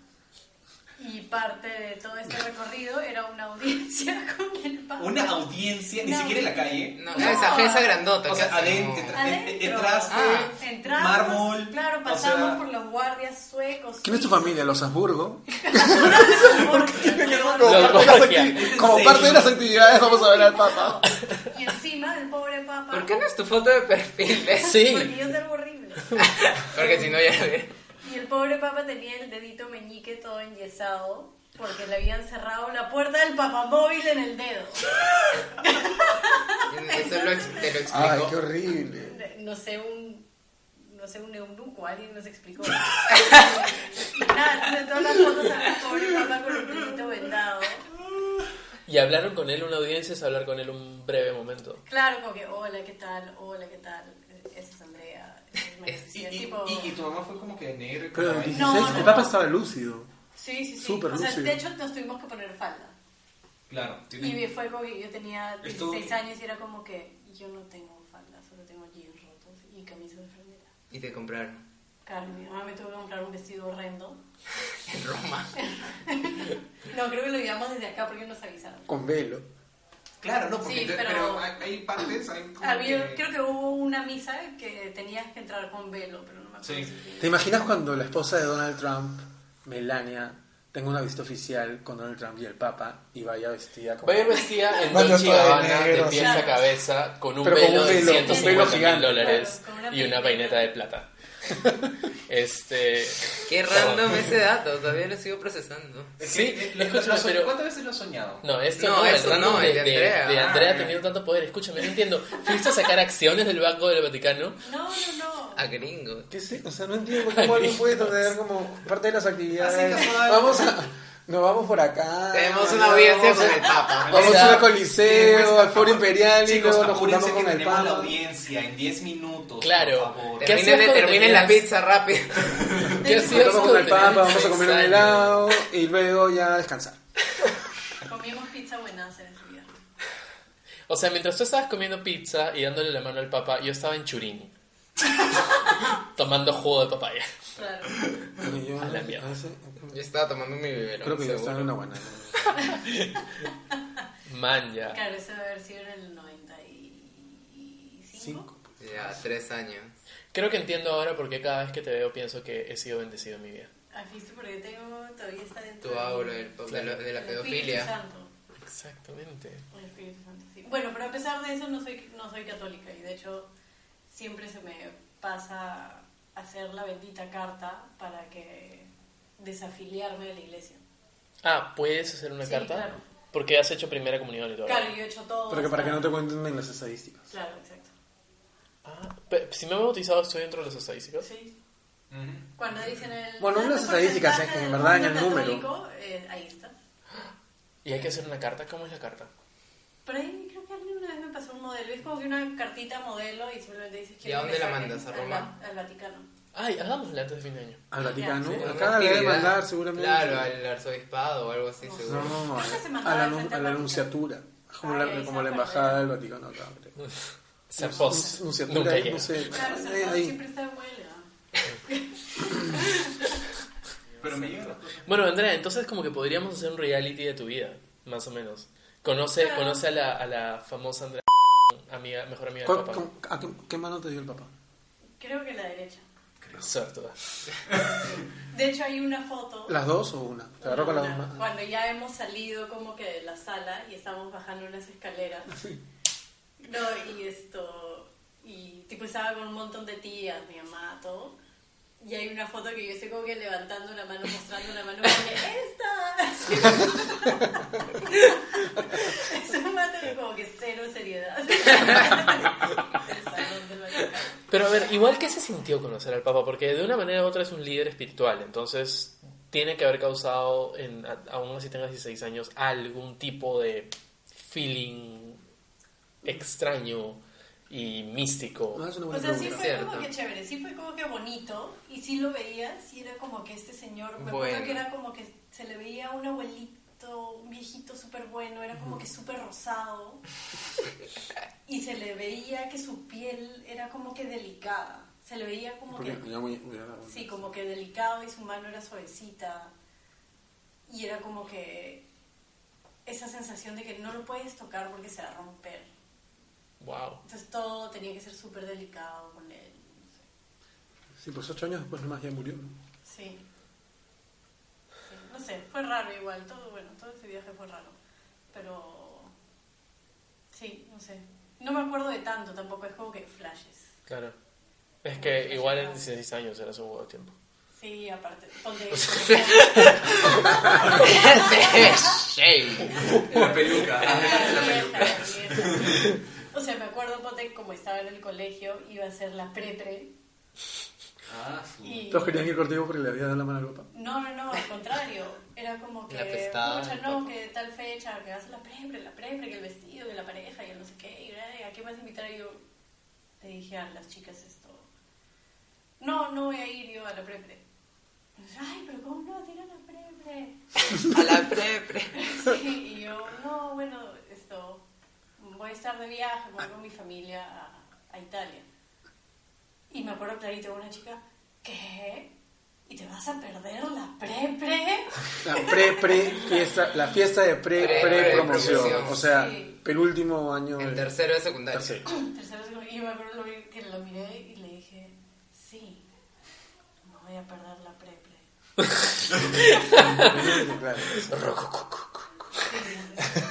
[SPEAKER 4] Y parte de todo este recorrido era una audiencia <laughs> con el Papa.
[SPEAKER 5] Una audiencia, ni
[SPEAKER 4] No.
[SPEAKER 5] siquiera en la calle.
[SPEAKER 3] No,
[SPEAKER 4] No.
[SPEAKER 3] esa esa grandota.
[SPEAKER 5] O
[SPEAKER 3] que
[SPEAKER 5] sea,
[SPEAKER 3] hace como-
[SPEAKER 5] adentro, tra- en-
[SPEAKER 4] Adentro.
[SPEAKER 5] eh, entraste,
[SPEAKER 3] Ah.
[SPEAKER 4] Entramos,
[SPEAKER 5] mármol.
[SPEAKER 4] claro,
[SPEAKER 5] o
[SPEAKER 4] pasamos
[SPEAKER 5] sea,
[SPEAKER 4] por los guardias suecos.
[SPEAKER 2] ¿Quién es tu
[SPEAKER 4] suizos, <laughs>
[SPEAKER 2] familia? ¿Los <laughs> Habsburgo?
[SPEAKER 5] <laughs>
[SPEAKER 4] gordos.
[SPEAKER 1] Los
[SPEAKER 2] Como, parte de las
[SPEAKER 1] Borgia.
[SPEAKER 2] acti- como parte de las actividades vamos a ver al Papa.
[SPEAKER 4] <laughs> Y encima el pobre Papa.
[SPEAKER 3] ¿Por qué
[SPEAKER 4] <laughs>
[SPEAKER 3] no es tu foto de perfil? eh?
[SPEAKER 4] Porque
[SPEAKER 1] Sí.
[SPEAKER 4] yo soy horrible.
[SPEAKER 3] Porque si no ya eh,
[SPEAKER 4] Y el pobre Papa tenía el dedito meñique todo enyesado porque le habían cerrado la puerta del papamóvil en el dedo.
[SPEAKER 3] Eso lo ex- te lo explico.
[SPEAKER 2] Ay, qué horrible.
[SPEAKER 4] no sé, un no sé, un eunuco, alguien nos
[SPEAKER 5] <laughs>
[SPEAKER 4] explicó. Y Nada, tiene todas las fotos a mi pobre papá con el pelito vendado.
[SPEAKER 1] Y hablaron con él una audiencia, es hablar con él un breve momento.
[SPEAKER 4] Claro, como que, hola, ¿qué tal? Hola, ¿qué tal? Esa es Andrea. esa es Maricía,
[SPEAKER 5] Es- <laughs> y, y-
[SPEAKER 4] tipo...
[SPEAKER 5] y- y tu mamá fue como que negra.
[SPEAKER 2] Pero el
[SPEAKER 5] como-
[SPEAKER 2] 16,
[SPEAKER 4] No, no.
[SPEAKER 2] el papá estaba lúcido.
[SPEAKER 4] Sí, sí, sí.
[SPEAKER 2] Súper
[SPEAKER 4] o sea,
[SPEAKER 2] lúcido.
[SPEAKER 4] de hecho nos tuvimos que poner falda.
[SPEAKER 5] Claro, tiene-
[SPEAKER 4] Y fue como que yo tenía
[SPEAKER 5] Esto-
[SPEAKER 4] 16 años y era como que yo no tengo falda, solo tengo jeans rotos y camisa de enfermera.
[SPEAKER 3] Y te compraron.
[SPEAKER 4] Claro, mi mamá me tuvo que comprar un vestido horrendo.
[SPEAKER 3] En Roma.
[SPEAKER 4] No, creo que lo llevamos desde acá porque nos avisaron.
[SPEAKER 2] Con velo.
[SPEAKER 5] Claro, no, porque
[SPEAKER 4] Sí,
[SPEAKER 5] te- pero,
[SPEAKER 4] pero-
[SPEAKER 5] hay, hay partes, hay como
[SPEAKER 4] Había,
[SPEAKER 5] que-
[SPEAKER 4] creo que hubo una misa que tenías que entrar con velo, pero no me acuerdo.
[SPEAKER 5] Sí.
[SPEAKER 4] si-
[SPEAKER 2] ¿Te imaginas cuando la esposa de Donald Trump, Melania, tenga una visita oficial con Donald Trump y el Papa y vaya vestida como...
[SPEAKER 1] Va a ir vestida en
[SPEAKER 2] Vaya
[SPEAKER 1] Dolce y
[SPEAKER 2] toda de
[SPEAKER 1] Gabbana de
[SPEAKER 2] negro,
[SPEAKER 1] pies
[SPEAKER 4] así.
[SPEAKER 1] a cabeza con un
[SPEAKER 2] Pero con
[SPEAKER 1] velo
[SPEAKER 2] un
[SPEAKER 1] de
[SPEAKER 2] velo,
[SPEAKER 1] 150
[SPEAKER 2] un velo
[SPEAKER 1] mil
[SPEAKER 2] gigante.
[SPEAKER 1] dólares
[SPEAKER 4] Claro, con una
[SPEAKER 1] y una
[SPEAKER 4] peineta.
[SPEAKER 1] vaineta de plata. este.
[SPEAKER 3] Qué random ese dato, todavía lo sigo procesando.
[SPEAKER 5] Es
[SPEAKER 1] Sí,
[SPEAKER 5] que, eh, lo-
[SPEAKER 1] escúchame,
[SPEAKER 5] lo soñé-
[SPEAKER 1] pero-
[SPEAKER 5] ¿Cuántas veces lo he soñado?
[SPEAKER 1] No, esto
[SPEAKER 3] No,
[SPEAKER 1] no, el
[SPEAKER 3] eso
[SPEAKER 1] random
[SPEAKER 3] no,
[SPEAKER 1] de,
[SPEAKER 3] el de
[SPEAKER 1] de-
[SPEAKER 3] Andrea.
[SPEAKER 1] de Andrea
[SPEAKER 5] Ah,
[SPEAKER 1] teniendo tanto poder. Escúchame, no entiendo. ¿Fuiste a sacar acciones del Banco del Vaticano?
[SPEAKER 4] No, no, no.
[SPEAKER 3] A gringo.
[SPEAKER 2] ¿Qué sé? O sea, no entiendo cómo alguien puede tener como parte de las actividades.
[SPEAKER 5] Así casual.
[SPEAKER 2] Vamos a... Nos vamos por acá.
[SPEAKER 3] Tenemos una audiencia
[SPEAKER 2] vamos
[SPEAKER 3] con
[SPEAKER 2] a-
[SPEAKER 3] el Papa.
[SPEAKER 2] Vamos
[SPEAKER 1] Esa-
[SPEAKER 2] al Coliseo, al Foro Imperial y
[SPEAKER 5] Chicos,
[SPEAKER 2] luego nos
[SPEAKER 5] apúrense
[SPEAKER 2] juntamos
[SPEAKER 5] que
[SPEAKER 2] con el
[SPEAKER 5] tenemos la
[SPEAKER 2] Papa.
[SPEAKER 5] audiencia en 10 minutos.
[SPEAKER 1] Claro.
[SPEAKER 5] Por favor.
[SPEAKER 1] ¿Qué hacías
[SPEAKER 3] Terminen,
[SPEAKER 1] cuando
[SPEAKER 3] terminen la
[SPEAKER 1] tenías-
[SPEAKER 3] pizza rápido. <laughs>
[SPEAKER 1] ¿Qué
[SPEAKER 2] Nos
[SPEAKER 1] hacías
[SPEAKER 2] juntamos con el
[SPEAKER 1] cuando
[SPEAKER 2] Papa,
[SPEAKER 1] tenías
[SPEAKER 2] vamos a comer un
[SPEAKER 1] seis años?
[SPEAKER 2] helado y luego ya descansar.
[SPEAKER 4] Comimos pizza buenaza ese día.
[SPEAKER 1] O sea, mientras tú estabas comiendo pizza y dándole la mano al papá, yo estaba en Churín. tomando jugo de papaya.
[SPEAKER 4] Claro.
[SPEAKER 2] Y yo-
[SPEAKER 1] A la mierda.
[SPEAKER 2] a veces-
[SPEAKER 3] Yo estaba tomando mi biberón.
[SPEAKER 2] Creo que ya está
[SPEAKER 3] seguro.
[SPEAKER 2] en una buena.
[SPEAKER 1] Man, ya.
[SPEAKER 4] Claro, eso debe haber sido en el 95.
[SPEAKER 2] Cinco.
[SPEAKER 3] Ya, tres años.
[SPEAKER 1] Creo que entiendo ahora por qué cada vez que te veo pienso que he sido bendecido en mi vida.
[SPEAKER 4] Ah, viste, porque tengo, todavía está dentro
[SPEAKER 3] Tu
[SPEAKER 4] de mí.
[SPEAKER 3] aura del- de, lo- de la
[SPEAKER 4] El Espíritu
[SPEAKER 3] pedofilia.
[SPEAKER 4] Santo.
[SPEAKER 1] Exactamente.
[SPEAKER 4] El Espíritu Santo, sí. Bueno, pero a pesar de eso no soy, no soy católica y de hecho siempre se me pasa hacer la bendita carta para que desafiliarme de la iglesia.
[SPEAKER 1] Ah, ¿puedes hacer una
[SPEAKER 4] Sí,
[SPEAKER 1] carta?
[SPEAKER 4] claro.
[SPEAKER 1] Porque has hecho primera comunión y todo.
[SPEAKER 4] Claro, yo he hecho todo.
[SPEAKER 2] Pero que para
[SPEAKER 4] o
[SPEAKER 2] que
[SPEAKER 4] sea,
[SPEAKER 2] no te cuenten las estadísticas.
[SPEAKER 4] Claro, exacto.
[SPEAKER 1] Ah, pe- si me he bautizado, estoy dentro de los estadísticos.
[SPEAKER 4] Sí.
[SPEAKER 5] Ujú.
[SPEAKER 4] Cuando dicen el...
[SPEAKER 2] Bueno, unas
[SPEAKER 4] tanto
[SPEAKER 2] estadísticas,
[SPEAKER 4] porcentaje
[SPEAKER 2] eh, en
[SPEAKER 4] del
[SPEAKER 2] verdad, en
[SPEAKER 4] mundo
[SPEAKER 2] el número.
[SPEAKER 4] católico, eh, ahí está.
[SPEAKER 1] Y hay que hacer una carta. ¿Cómo es la carta?
[SPEAKER 4] Por ahí creo que alguien una vez me pasó un modelo. Es como que una cartita modelo y simplemente dices...
[SPEAKER 3] ¿Y a dónde
[SPEAKER 4] que
[SPEAKER 3] la
[SPEAKER 4] saquen
[SPEAKER 3] mandas? ¿A
[SPEAKER 4] al
[SPEAKER 3] Roma?
[SPEAKER 4] Va- Al Vaticano.
[SPEAKER 1] Ay, hagámosla antes de fin de año.
[SPEAKER 2] Al Vaticano.
[SPEAKER 4] Sí,
[SPEAKER 2] Acá le
[SPEAKER 3] Una
[SPEAKER 2] deben
[SPEAKER 3] actividad.
[SPEAKER 2] mandar seguramente.
[SPEAKER 3] Claro, al arzobispado o algo así,
[SPEAKER 4] No.
[SPEAKER 2] No,
[SPEAKER 3] seguro.
[SPEAKER 2] no, no.
[SPEAKER 4] Creo que se
[SPEAKER 2] A
[SPEAKER 4] mandaba
[SPEAKER 2] la,
[SPEAKER 4] de
[SPEAKER 2] nu-
[SPEAKER 4] frente
[SPEAKER 2] a la
[SPEAKER 4] al
[SPEAKER 2] nunciatura. Como,
[SPEAKER 4] Ah,
[SPEAKER 2] la,
[SPEAKER 4] ya, esa
[SPEAKER 2] como la
[SPEAKER 4] parte.
[SPEAKER 2] embajada del Vaticano acá. creo.
[SPEAKER 1] San
[SPEAKER 2] Nun-
[SPEAKER 1] Pos.
[SPEAKER 2] nun- Nunciatura,
[SPEAKER 1] Nunca llega.
[SPEAKER 2] no sé.
[SPEAKER 4] Claro,
[SPEAKER 2] eh,
[SPEAKER 4] San Juan
[SPEAKER 2] ahí.
[SPEAKER 4] siempre está en huelga.
[SPEAKER 5] Pero me llegan las cosas.
[SPEAKER 1] Bueno, Andrea, entonces como que podríamos hacer un reality de tu vida, más o menos. Conoce,
[SPEAKER 4] Claro.
[SPEAKER 1] conoce a, la, a la famosa Andrea, amiga, mejor amiga del
[SPEAKER 2] ¿Cuál-
[SPEAKER 1] papá.
[SPEAKER 2] cómo- ¿A qué, qué mano te dio el papá?
[SPEAKER 4] Creo que la derecha.
[SPEAKER 1] Suertuda.
[SPEAKER 4] De hecho, hay una foto.
[SPEAKER 2] ¿Las dos o una? Te agarró con las dos manos.
[SPEAKER 4] Cuando ya hemos salido como que de la sala y estamos bajando unas escaleras.
[SPEAKER 2] Ah,
[SPEAKER 4] No, y esto. Y tipo estaba con un montón de tías, mi mamá, todo. Y hay una foto que yo estoy como que levantando la mano, mostrando la mano, como que ¡Esta! <laughs> es un mate como que cero seriedad. <laughs> El salón del Vaticano.
[SPEAKER 1] Pero a ver, igual que se sintió conocer al Papa, porque de una manera u otra es un líder espiritual, entonces tiene que haber causado, en, a- aún así tengas 16 años, algún tipo de feeling extraño y místico.
[SPEAKER 2] No, es una
[SPEAKER 4] O
[SPEAKER 2] buena
[SPEAKER 4] sea, sí
[SPEAKER 2] pregunta.
[SPEAKER 4] fue
[SPEAKER 3] Cierto.
[SPEAKER 4] como que chévere, sí fue como que bonito, y sí lo veías, y era como que este señor, me
[SPEAKER 3] Bueno.
[SPEAKER 4] acuerdo que era como que se le veía un abuelito, un viejito súper bueno, era como que súper rosado, y se le veía que su piel era como que delicada, se le veía como
[SPEAKER 2] Porque
[SPEAKER 4] que,
[SPEAKER 2] ya voy- voy a dar una.
[SPEAKER 4] sí, como que delicado, y su mano era suavecita, y era como que esa sensación de que no lo puedes tocar porque se va a romper.
[SPEAKER 1] Wow.
[SPEAKER 4] Entonces todo tenía que ser súper delicado con él. no sé.
[SPEAKER 2] Sí, pues ocho años después nomás ya murió. ¿no?
[SPEAKER 4] Sí. Sí, No sé, fue raro igual, todo bueno, todo ese viaje fue raro. Pero sí, no sé. No me acuerdo de tanto tampoco, es como que flashes.
[SPEAKER 1] Claro. Es que igual en 16 años era su huevo de tiempo.
[SPEAKER 4] Sí, aparte, ponte
[SPEAKER 3] Shame.
[SPEAKER 5] <laughs> La <laughs> peluca. la peluca.
[SPEAKER 4] O sea, me acuerdo ponte como estaba en el colegio, iba a ser la prepre
[SPEAKER 5] Ah, su-
[SPEAKER 4] Y-
[SPEAKER 2] Todos querían ir contigo porque le había dado la mala ropa.
[SPEAKER 4] No, no, no, al contrario. Era como que,
[SPEAKER 3] La pestada,
[SPEAKER 4] pucha,
[SPEAKER 3] el
[SPEAKER 4] no,
[SPEAKER 3] papá.
[SPEAKER 4] que tal fecha, que hace la prepre, la prepre, que el vestido, que la pareja, y el no sé qué, y ay, a qué vas a invitar. Y yo le dije a las chicas esto. No, no voy a ir yo a la prepre. Y yo, Ay, pero ¿cómo no vas a ir a la prepre? <laughs>
[SPEAKER 3] A la prepre.
[SPEAKER 4] Sí, y yo, no, bueno, esto, voy a estar de viaje, voy con mi familia a, a Italia. Y me acuerdo clarito, una chica, ¿qué? ¿Y te vas a perder la pre-pre?
[SPEAKER 2] La pre, pre, fiesta, la fiesta de pre,
[SPEAKER 3] Pre-
[SPEAKER 2] pre,
[SPEAKER 3] pre-
[SPEAKER 2] promoción.
[SPEAKER 3] promoción,
[SPEAKER 2] O sea,
[SPEAKER 4] sí.
[SPEAKER 2] penúltimo año.
[SPEAKER 3] En
[SPEAKER 2] del-
[SPEAKER 3] tercero de secundaria.
[SPEAKER 2] tercero.
[SPEAKER 4] Tercero, segundo, y yo me acuerdo lo vi- que lo miré y le dije, sí, me voy a perder la
[SPEAKER 1] <laughs>
[SPEAKER 4] pre-pre.
[SPEAKER 2] Claro.
[SPEAKER 4] Sí,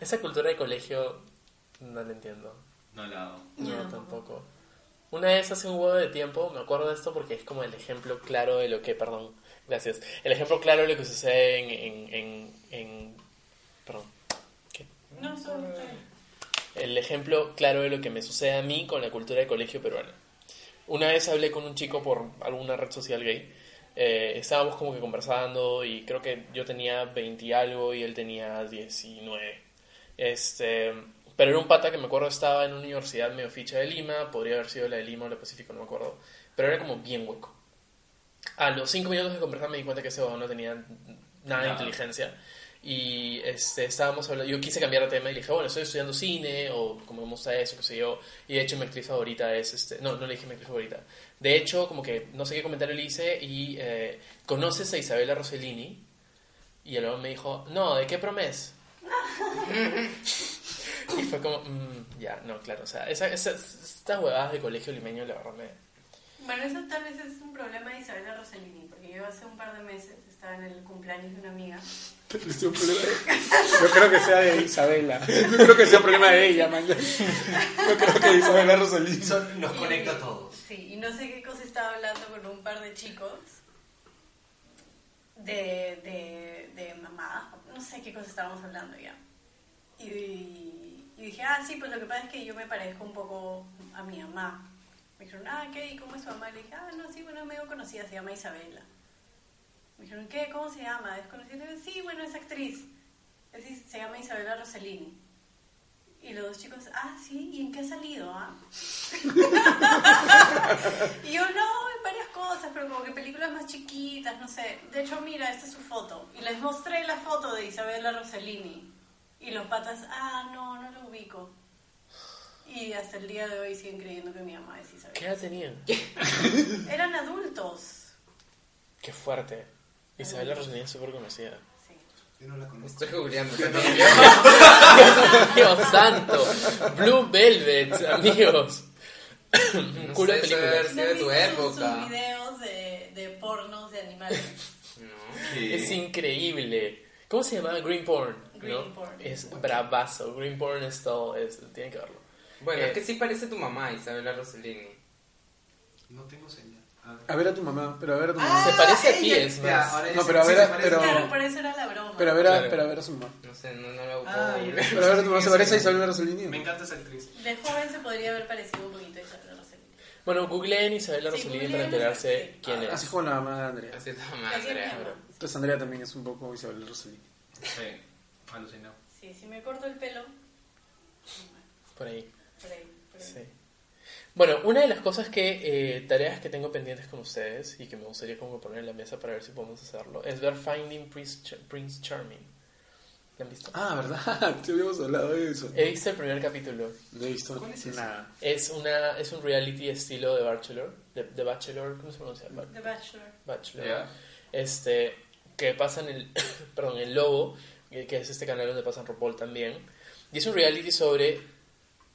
[SPEAKER 1] Esa cultura de colegio no la entiendo.
[SPEAKER 5] No la hago.
[SPEAKER 1] No,
[SPEAKER 4] Ya.
[SPEAKER 1] tampoco. Una vez hace un huevo de tiempo, me acuerdo de esto porque es como el ejemplo claro de lo que, perdón, gracias. El ejemplo claro de lo que sucede en, en, en, en- perdón. ¿Qué?
[SPEAKER 4] no, solo
[SPEAKER 1] El ejemplo claro de lo que me sucede a mí con la cultura de colegio peruana. Una vez hablé con un chico por alguna red social gay. eh, estábamos como que conversando y creo que yo tenía 20 y algo y él tenía 19. Este, pero era un pata que me acuerdo estaba en una universidad medio ficha de Lima, podría haber sido la de Lima o la Pacífico, no me acuerdo. Pero era como bien hueco. A los 5 minutos de conversar me di cuenta que ese huevón no tenía nada de
[SPEAKER 5] Nada.
[SPEAKER 1] inteligencia. Y este, estábamos hablando, yo quise cambiar de tema y le dije, bueno, estoy estudiando cine o como me gusta eso, qué sé yo. Y de hecho mi actriz favorita es, este, no, no le dije mi actriz favorita. De hecho, como que no sé qué comentario le hice y eh, conoces a Isabela Rossellini. Y el hombre me dijo, no, ¿de qué promes? y fue como, "Mm, ya, no, claro, o sea, esa- esa- estas huevadas de colegio limeño, la verdad me...
[SPEAKER 4] Bueno, eso tal vez es un problema de Isabela Rossellini, porque yo hace un par de meses estaba en el cumpleaños de una amiga.
[SPEAKER 2] Es un problema de- Yo creo que sea de Isabela. Yo creo que sea un problema de ella, man. Yo creo que Isabela Rosalí.
[SPEAKER 5] Eso <laughs> nos
[SPEAKER 4] Y-
[SPEAKER 5] conecta a todos.
[SPEAKER 4] Sí, y no sé qué cosa estaba hablando con un par de chicos de, de, de mamá, no sé qué cosa estábamos hablando ya. Y, y dije, ah, sí, pues lo que pasa es que yo me parezco un poco a mi mamá. Me dijeron, ah, ¿qué? ¿Y cómo es su mamá? Le dije, ah, no, sí, bueno, medio conocida, se llama Isabela. Me dijeron, ¿qué? ¿Cómo se llama? ¿Desconocida? Le dije, sí, bueno, es actriz. Es decir, se llama Isabela Rossellini. Y los dos chicos, ah, sí, ¿y en qué ha salido? Ah? <laughs> Y yo, no, en varias cosas, pero como que películas más chiquitas, no sé. De hecho, mira, esta es su foto. Y les mostré la foto de Isabella Rossellini. Y los patas, ah, no, no lo ubico. Y hasta el día de hoy siguen creyendo que mi mamá es
[SPEAKER 1] ¿Qué
[SPEAKER 4] Isabela.
[SPEAKER 1] edad tenían?
[SPEAKER 4] Eran adultos.
[SPEAKER 1] Qué fuerte. Isabela Rossellini es súper conocida.
[SPEAKER 4] Sí.
[SPEAKER 5] Yo no la conozco.
[SPEAKER 3] Estoy googleando.
[SPEAKER 1] Dios santo. Blue Velvet, amigos. Un
[SPEAKER 3] No
[SPEAKER 1] culo de
[SPEAKER 3] sé,
[SPEAKER 1] película.
[SPEAKER 3] ser- Sí, de
[SPEAKER 4] ¿No
[SPEAKER 3] tu
[SPEAKER 4] viste sus-
[SPEAKER 3] época.
[SPEAKER 4] Sus videos de, de pornos de
[SPEAKER 3] <laughs>
[SPEAKER 4] animales.
[SPEAKER 3] No.
[SPEAKER 5] ¿Qué?
[SPEAKER 1] Es increíble. ¿Cómo se llama? Green Porn. ¿no?
[SPEAKER 4] Green Porn.
[SPEAKER 1] Es bravazo. Green Porn es todo. Es, tienen que verlo.
[SPEAKER 3] Bueno,
[SPEAKER 1] Eh,
[SPEAKER 3] es que sí parece tu mamá, Isabela Rossellini.
[SPEAKER 5] No tengo señal.
[SPEAKER 2] A ver a tu mamá, pero a ver Ah, a tu
[SPEAKER 1] Se
[SPEAKER 2] mamá.
[SPEAKER 1] parece a ti,
[SPEAKER 5] ella.
[SPEAKER 1] es
[SPEAKER 5] Ya,
[SPEAKER 1] más.
[SPEAKER 5] ahora ya
[SPEAKER 2] No,
[SPEAKER 5] sé-
[SPEAKER 2] pero a
[SPEAKER 5] sí,
[SPEAKER 2] ver,
[SPEAKER 5] se parece.
[SPEAKER 2] pero-
[SPEAKER 4] Claro, por eso era la broma.
[SPEAKER 2] Pero a ver a,
[SPEAKER 1] Claro.
[SPEAKER 2] pero a ver a su mamá.
[SPEAKER 3] No sé, no, no la
[SPEAKER 5] Ah,
[SPEAKER 3] puedo
[SPEAKER 5] ya.
[SPEAKER 2] Pero a ver a tu mamá. ¿Se parece a Isabela Rosalí?
[SPEAKER 5] Me encanta esa actriz.
[SPEAKER 4] De joven se podría haber parecido un poquito a Isabela Rossellini.
[SPEAKER 1] Bueno, googleen Isabela
[SPEAKER 4] Sí,
[SPEAKER 1] Rossellini
[SPEAKER 4] googleen
[SPEAKER 1] para enterarse
[SPEAKER 4] Isabela.
[SPEAKER 1] quién
[SPEAKER 2] Así
[SPEAKER 1] es.
[SPEAKER 2] como la mamá de Andrea.
[SPEAKER 3] Así es tu mamá,
[SPEAKER 4] Así es mi
[SPEAKER 3] Ah, Andrea.
[SPEAKER 4] mamá.
[SPEAKER 2] Entonces Andrea también es un poco Isabela Rosalí.
[SPEAKER 5] Sí, alucinado.
[SPEAKER 4] Sí, si me corto el pelo,
[SPEAKER 1] Por ahí.
[SPEAKER 4] por ahí, por ahí.
[SPEAKER 1] Sí. Bueno, una de las cosas que, eh, tareas que tengo pendientes con ustedes y que me gustaría como poner en la mesa para ver si podemos hacerlo, es ver Finding Prince, Ch- Prince Charming. ¿La han visto?
[SPEAKER 2] Ah, ¿verdad? <laughs> Sí habíamos hablado de eso.
[SPEAKER 1] He visto el primer capítulo.
[SPEAKER 2] No he visto
[SPEAKER 5] ¿Cuál es ese?
[SPEAKER 2] nada.
[SPEAKER 1] Es, una, es un reality estilo de Bachelor. De, de Bachelor, ¿cómo se pronuncia? Ba-
[SPEAKER 4] The Bachelor.
[SPEAKER 1] Bachelor.
[SPEAKER 5] Ya.
[SPEAKER 1] Este, que pasa en el, <coughs> perdón, en Lobo, que que es este canal donde pasan RuPaul también. Y es un reality sobre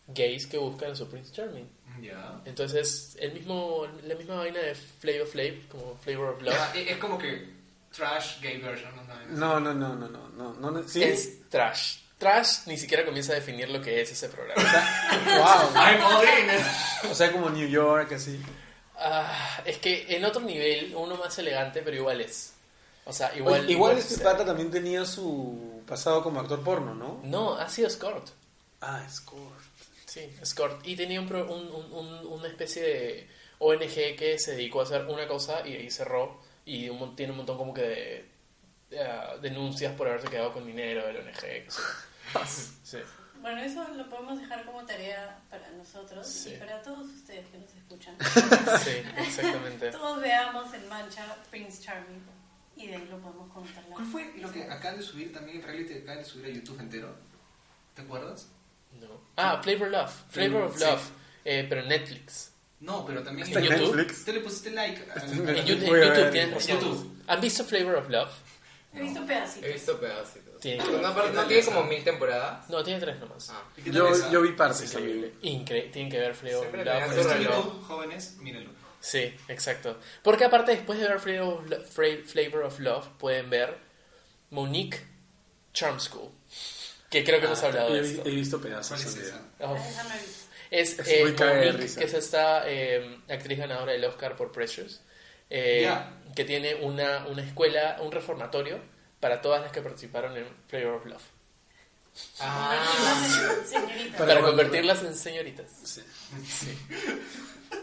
[SPEAKER 1] gays que buscan a su Prince Charming.
[SPEAKER 5] Ya.
[SPEAKER 1] Entonces, el mismo, la misma vaina de Flavor Flav, como Flavor of
[SPEAKER 2] Ah,
[SPEAKER 1] Love,
[SPEAKER 5] Ya, e-, Es es como que trash gay version. No, no,
[SPEAKER 2] No, no, no, no, no, no, no, no. Sí. <laughs>
[SPEAKER 1] es trash. Trash ni siquiera comienza a definir lo que es ese programa.
[SPEAKER 2] Wow.
[SPEAKER 5] I'm all in. <laughs>
[SPEAKER 2] O sea, como New York, así.
[SPEAKER 1] Ah, es que en otro nivel, uno más elegante, pero igual es. O sea, igual...
[SPEAKER 2] Igual, igual este
[SPEAKER 1] o sea,
[SPEAKER 2] pata también tenía su pasado como actor porno, ¿no?
[SPEAKER 1] No, ha sido Scott.
[SPEAKER 2] Ah, Score.
[SPEAKER 1] Sí, Scott. Y tenía un pro- un- un- un- una especie de ONG que se dedicó a hacer una cosa y ahí cerró y un mon- tiene un montón como que de eh, denuncias por haberse quedado con dinero de la ONG. que sí.
[SPEAKER 3] <laughs>
[SPEAKER 1] Sí.
[SPEAKER 4] Bueno, eso lo podemos dejar como tarea para nosotros
[SPEAKER 1] Sí.
[SPEAKER 4] y para todos ustedes que nos escuchan.
[SPEAKER 1] sí, exactamente.
[SPEAKER 4] todos veamos en mancha Prince Charming y de ahí lo podemos contar. la-
[SPEAKER 5] ¿Cuál fue lo que acaban de subir también en reality? Acaban de subir a YouTube entero. ¿Te acuerdas?
[SPEAKER 1] No. Ah, Flavor Love, Flavor of
[SPEAKER 5] Sí.
[SPEAKER 1] Love, eh, pero en Netflix.
[SPEAKER 5] No, pero también
[SPEAKER 2] Está en
[SPEAKER 1] YouTube?
[SPEAKER 2] Netflix.
[SPEAKER 5] Tú le pusiste like. a-
[SPEAKER 2] Está en
[SPEAKER 1] En YouTube,
[SPEAKER 2] Voy a
[SPEAKER 1] en YouTube
[SPEAKER 3] eh,
[SPEAKER 2] ver.
[SPEAKER 1] tienes razón.
[SPEAKER 5] En YouTube.
[SPEAKER 1] ¿Han visto Flavor of Love?
[SPEAKER 4] He visto
[SPEAKER 3] He
[SPEAKER 4] pedacitos.
[SPEAKER 3] visto pedacitos.
[SPEAKER 1] Tiene que ver.
[SPEAKER 3] no, pero no tiene como mil temporadas.
[SPEAKER 1] No, tiene tres nomás.
[SPEAKER 3] Ah.
[SPEAKER 5] ¿Y qué tal
[SPEAKER 2] Yo,
[SPEAKER 5] esa?
[SPEAKER 2] yo vi partes
[SPEAKER 1] Increíble.
[SPEAKER 2] también.
[SPEAKER 1] Incre- tienen que ver Flavor of
[SPEAKER 3] Siempre
[SPEAKER 1] Love.
[SPEAKER 3] le dan
[SPEAKER 1] pero
[SPEAKER 3] su
[SPEAKER 1] es
[SPEAKER 5] Está en
[SPEAKER 3] reloj.
[SPEAKER 1] increíble.
[SPEAKER 5] YouTube, jóvenes, mírenlo.
[SPEAKER 1] Sí, exacto. Porque aparte, después de ver Flavor of, Lo- Fra- Flavor of Love, pueden ver Monique Charm School. Que creo que hemos hablado de
[SPEAKER 2] He, vi-
[SPEAKER 1] esto.
[SPEAKER 2] he visto
[SPEAKER 5] ¿Cuál
[SPEAKER 2] pedazos
[SPEAKER 5] es
[SPEAKER 2] también.
[SPEAKER 5] esa?
[SPEAKER 1] Oh.
[SPEAKER 4] Ah, esa no he visto.
[SPEAKER 1] Es,
[SPEAKER 2] Es
[SPEAKER 1] eh,
[SPEAKER 2] muy cae de
[SPEAKER 1] Monique,
[SPEAKER 2] risa.
[SPEAKER 1] que es esta eh, actriz ganadora del Oscar por Precious, eh,
[SPEAKER 5] Ya.
[SPEAKER 1] que tiene una, una escuela, un reformatorio para todas las que participaron en Flavor of Love.
[SPEAKER 3] Ah.
[SPEAKER 4] Convertirlas en señoritas.
[SPEAKER 2] Para
[SPEAKER 1] Para,
[SPEAKER 2] cuando-
[SPEAKER 1] convertirlas en señoritas.
[SPEAKER 2] Sí.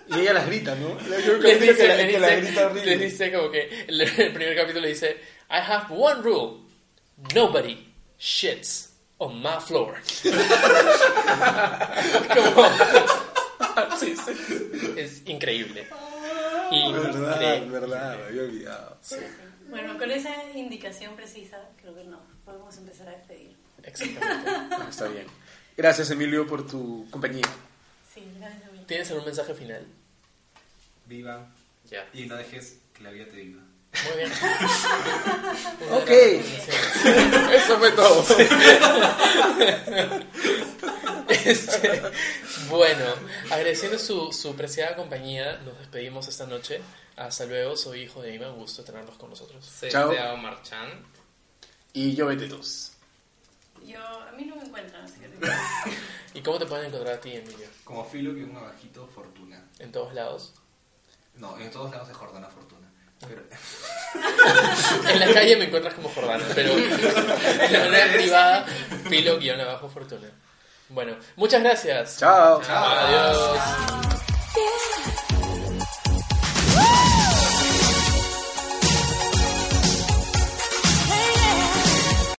[SPEAKER 2] Y ella las grita, ¿no? <laughs>
[SPEAKER 1] <laughs>
[SPEAKER 2] Yo creo que
[SPEAKER 1] Les
[SPEAKER 2] dice
[SPEAKER 1] dice,
[SPEAKER 2] que la-
[SPEAKER 1] les
[SPEAKER 2] que la
[SPEAKER 1] dice-
[SPEAKER 2] grita horrible.
[SPEAKER 1] les dice como que el, el primer capítulo le dice, I have one rule, nobody shits on my floor. <laughs> Como-
[SPEAKER 2] <laughs> Sí, sí. Ah,
[SPEAKER 1] es increíble.
[SPEAKER 2] Verdad,
[SPEAKER 1] Increíble.
[SPEAKER 2] verdad, me había olvidado.
[SPEAKER 4] Bueno, con esa indicación precisa, creo que no. Podemos empezar a despedir.
[SPEAKER 1] Exactamente.
[SPEAKER 2] Ah, Está bien. Gracias, Emilio, por tu compañía.
[SPEAKER 4] Sí, gracias a mí.
[SPEAKER 1] ¿Tienes algún mensaje final?
[SPEAKER 5] Viva.
[SPEAKER 3] Ya.
[SPEAKER 5] Y no dejes que la vida te viva.
[SPEAKER 1] Muy bien.
[SPEAKER 2] Ok. Eso fue todo.
[SPEAKER 1] Este, bueno, agradeciendo su, su preciada compañía, nos despedimos esta noche. Hasta luego, soy hijo de Ima, un gusto tenerlos con nosotros.
[SPEAKER 3] Se
[SPEAKER 2] Chao.
[SPEAKER 3] Teo Marchand.
[SPEAKER 2] <laughs> Y yo vete dos.
[SPEAKER 4] Yo, a mí no me encuentran, así que...
[SPEAKER 1] ¿Y cómo te pueden encontrar a ti, Emilio?
[SPEAKER 5] Como filo que un abajito, fortuna.
[SPEAKER 1] En todos lados.
[SPEAKER 5] No, en todos lados es Jordana Fortuna. Pero
[SPEAKER 1] En la calle me encuentras como Jordana, pero de manera privada, filo guión abajo fortuna. Bueno, muchas gracias.
[SPEAKER 5] Ah,
[SPEAKER 2] Chao.
[SPEAKER 1] Adiós.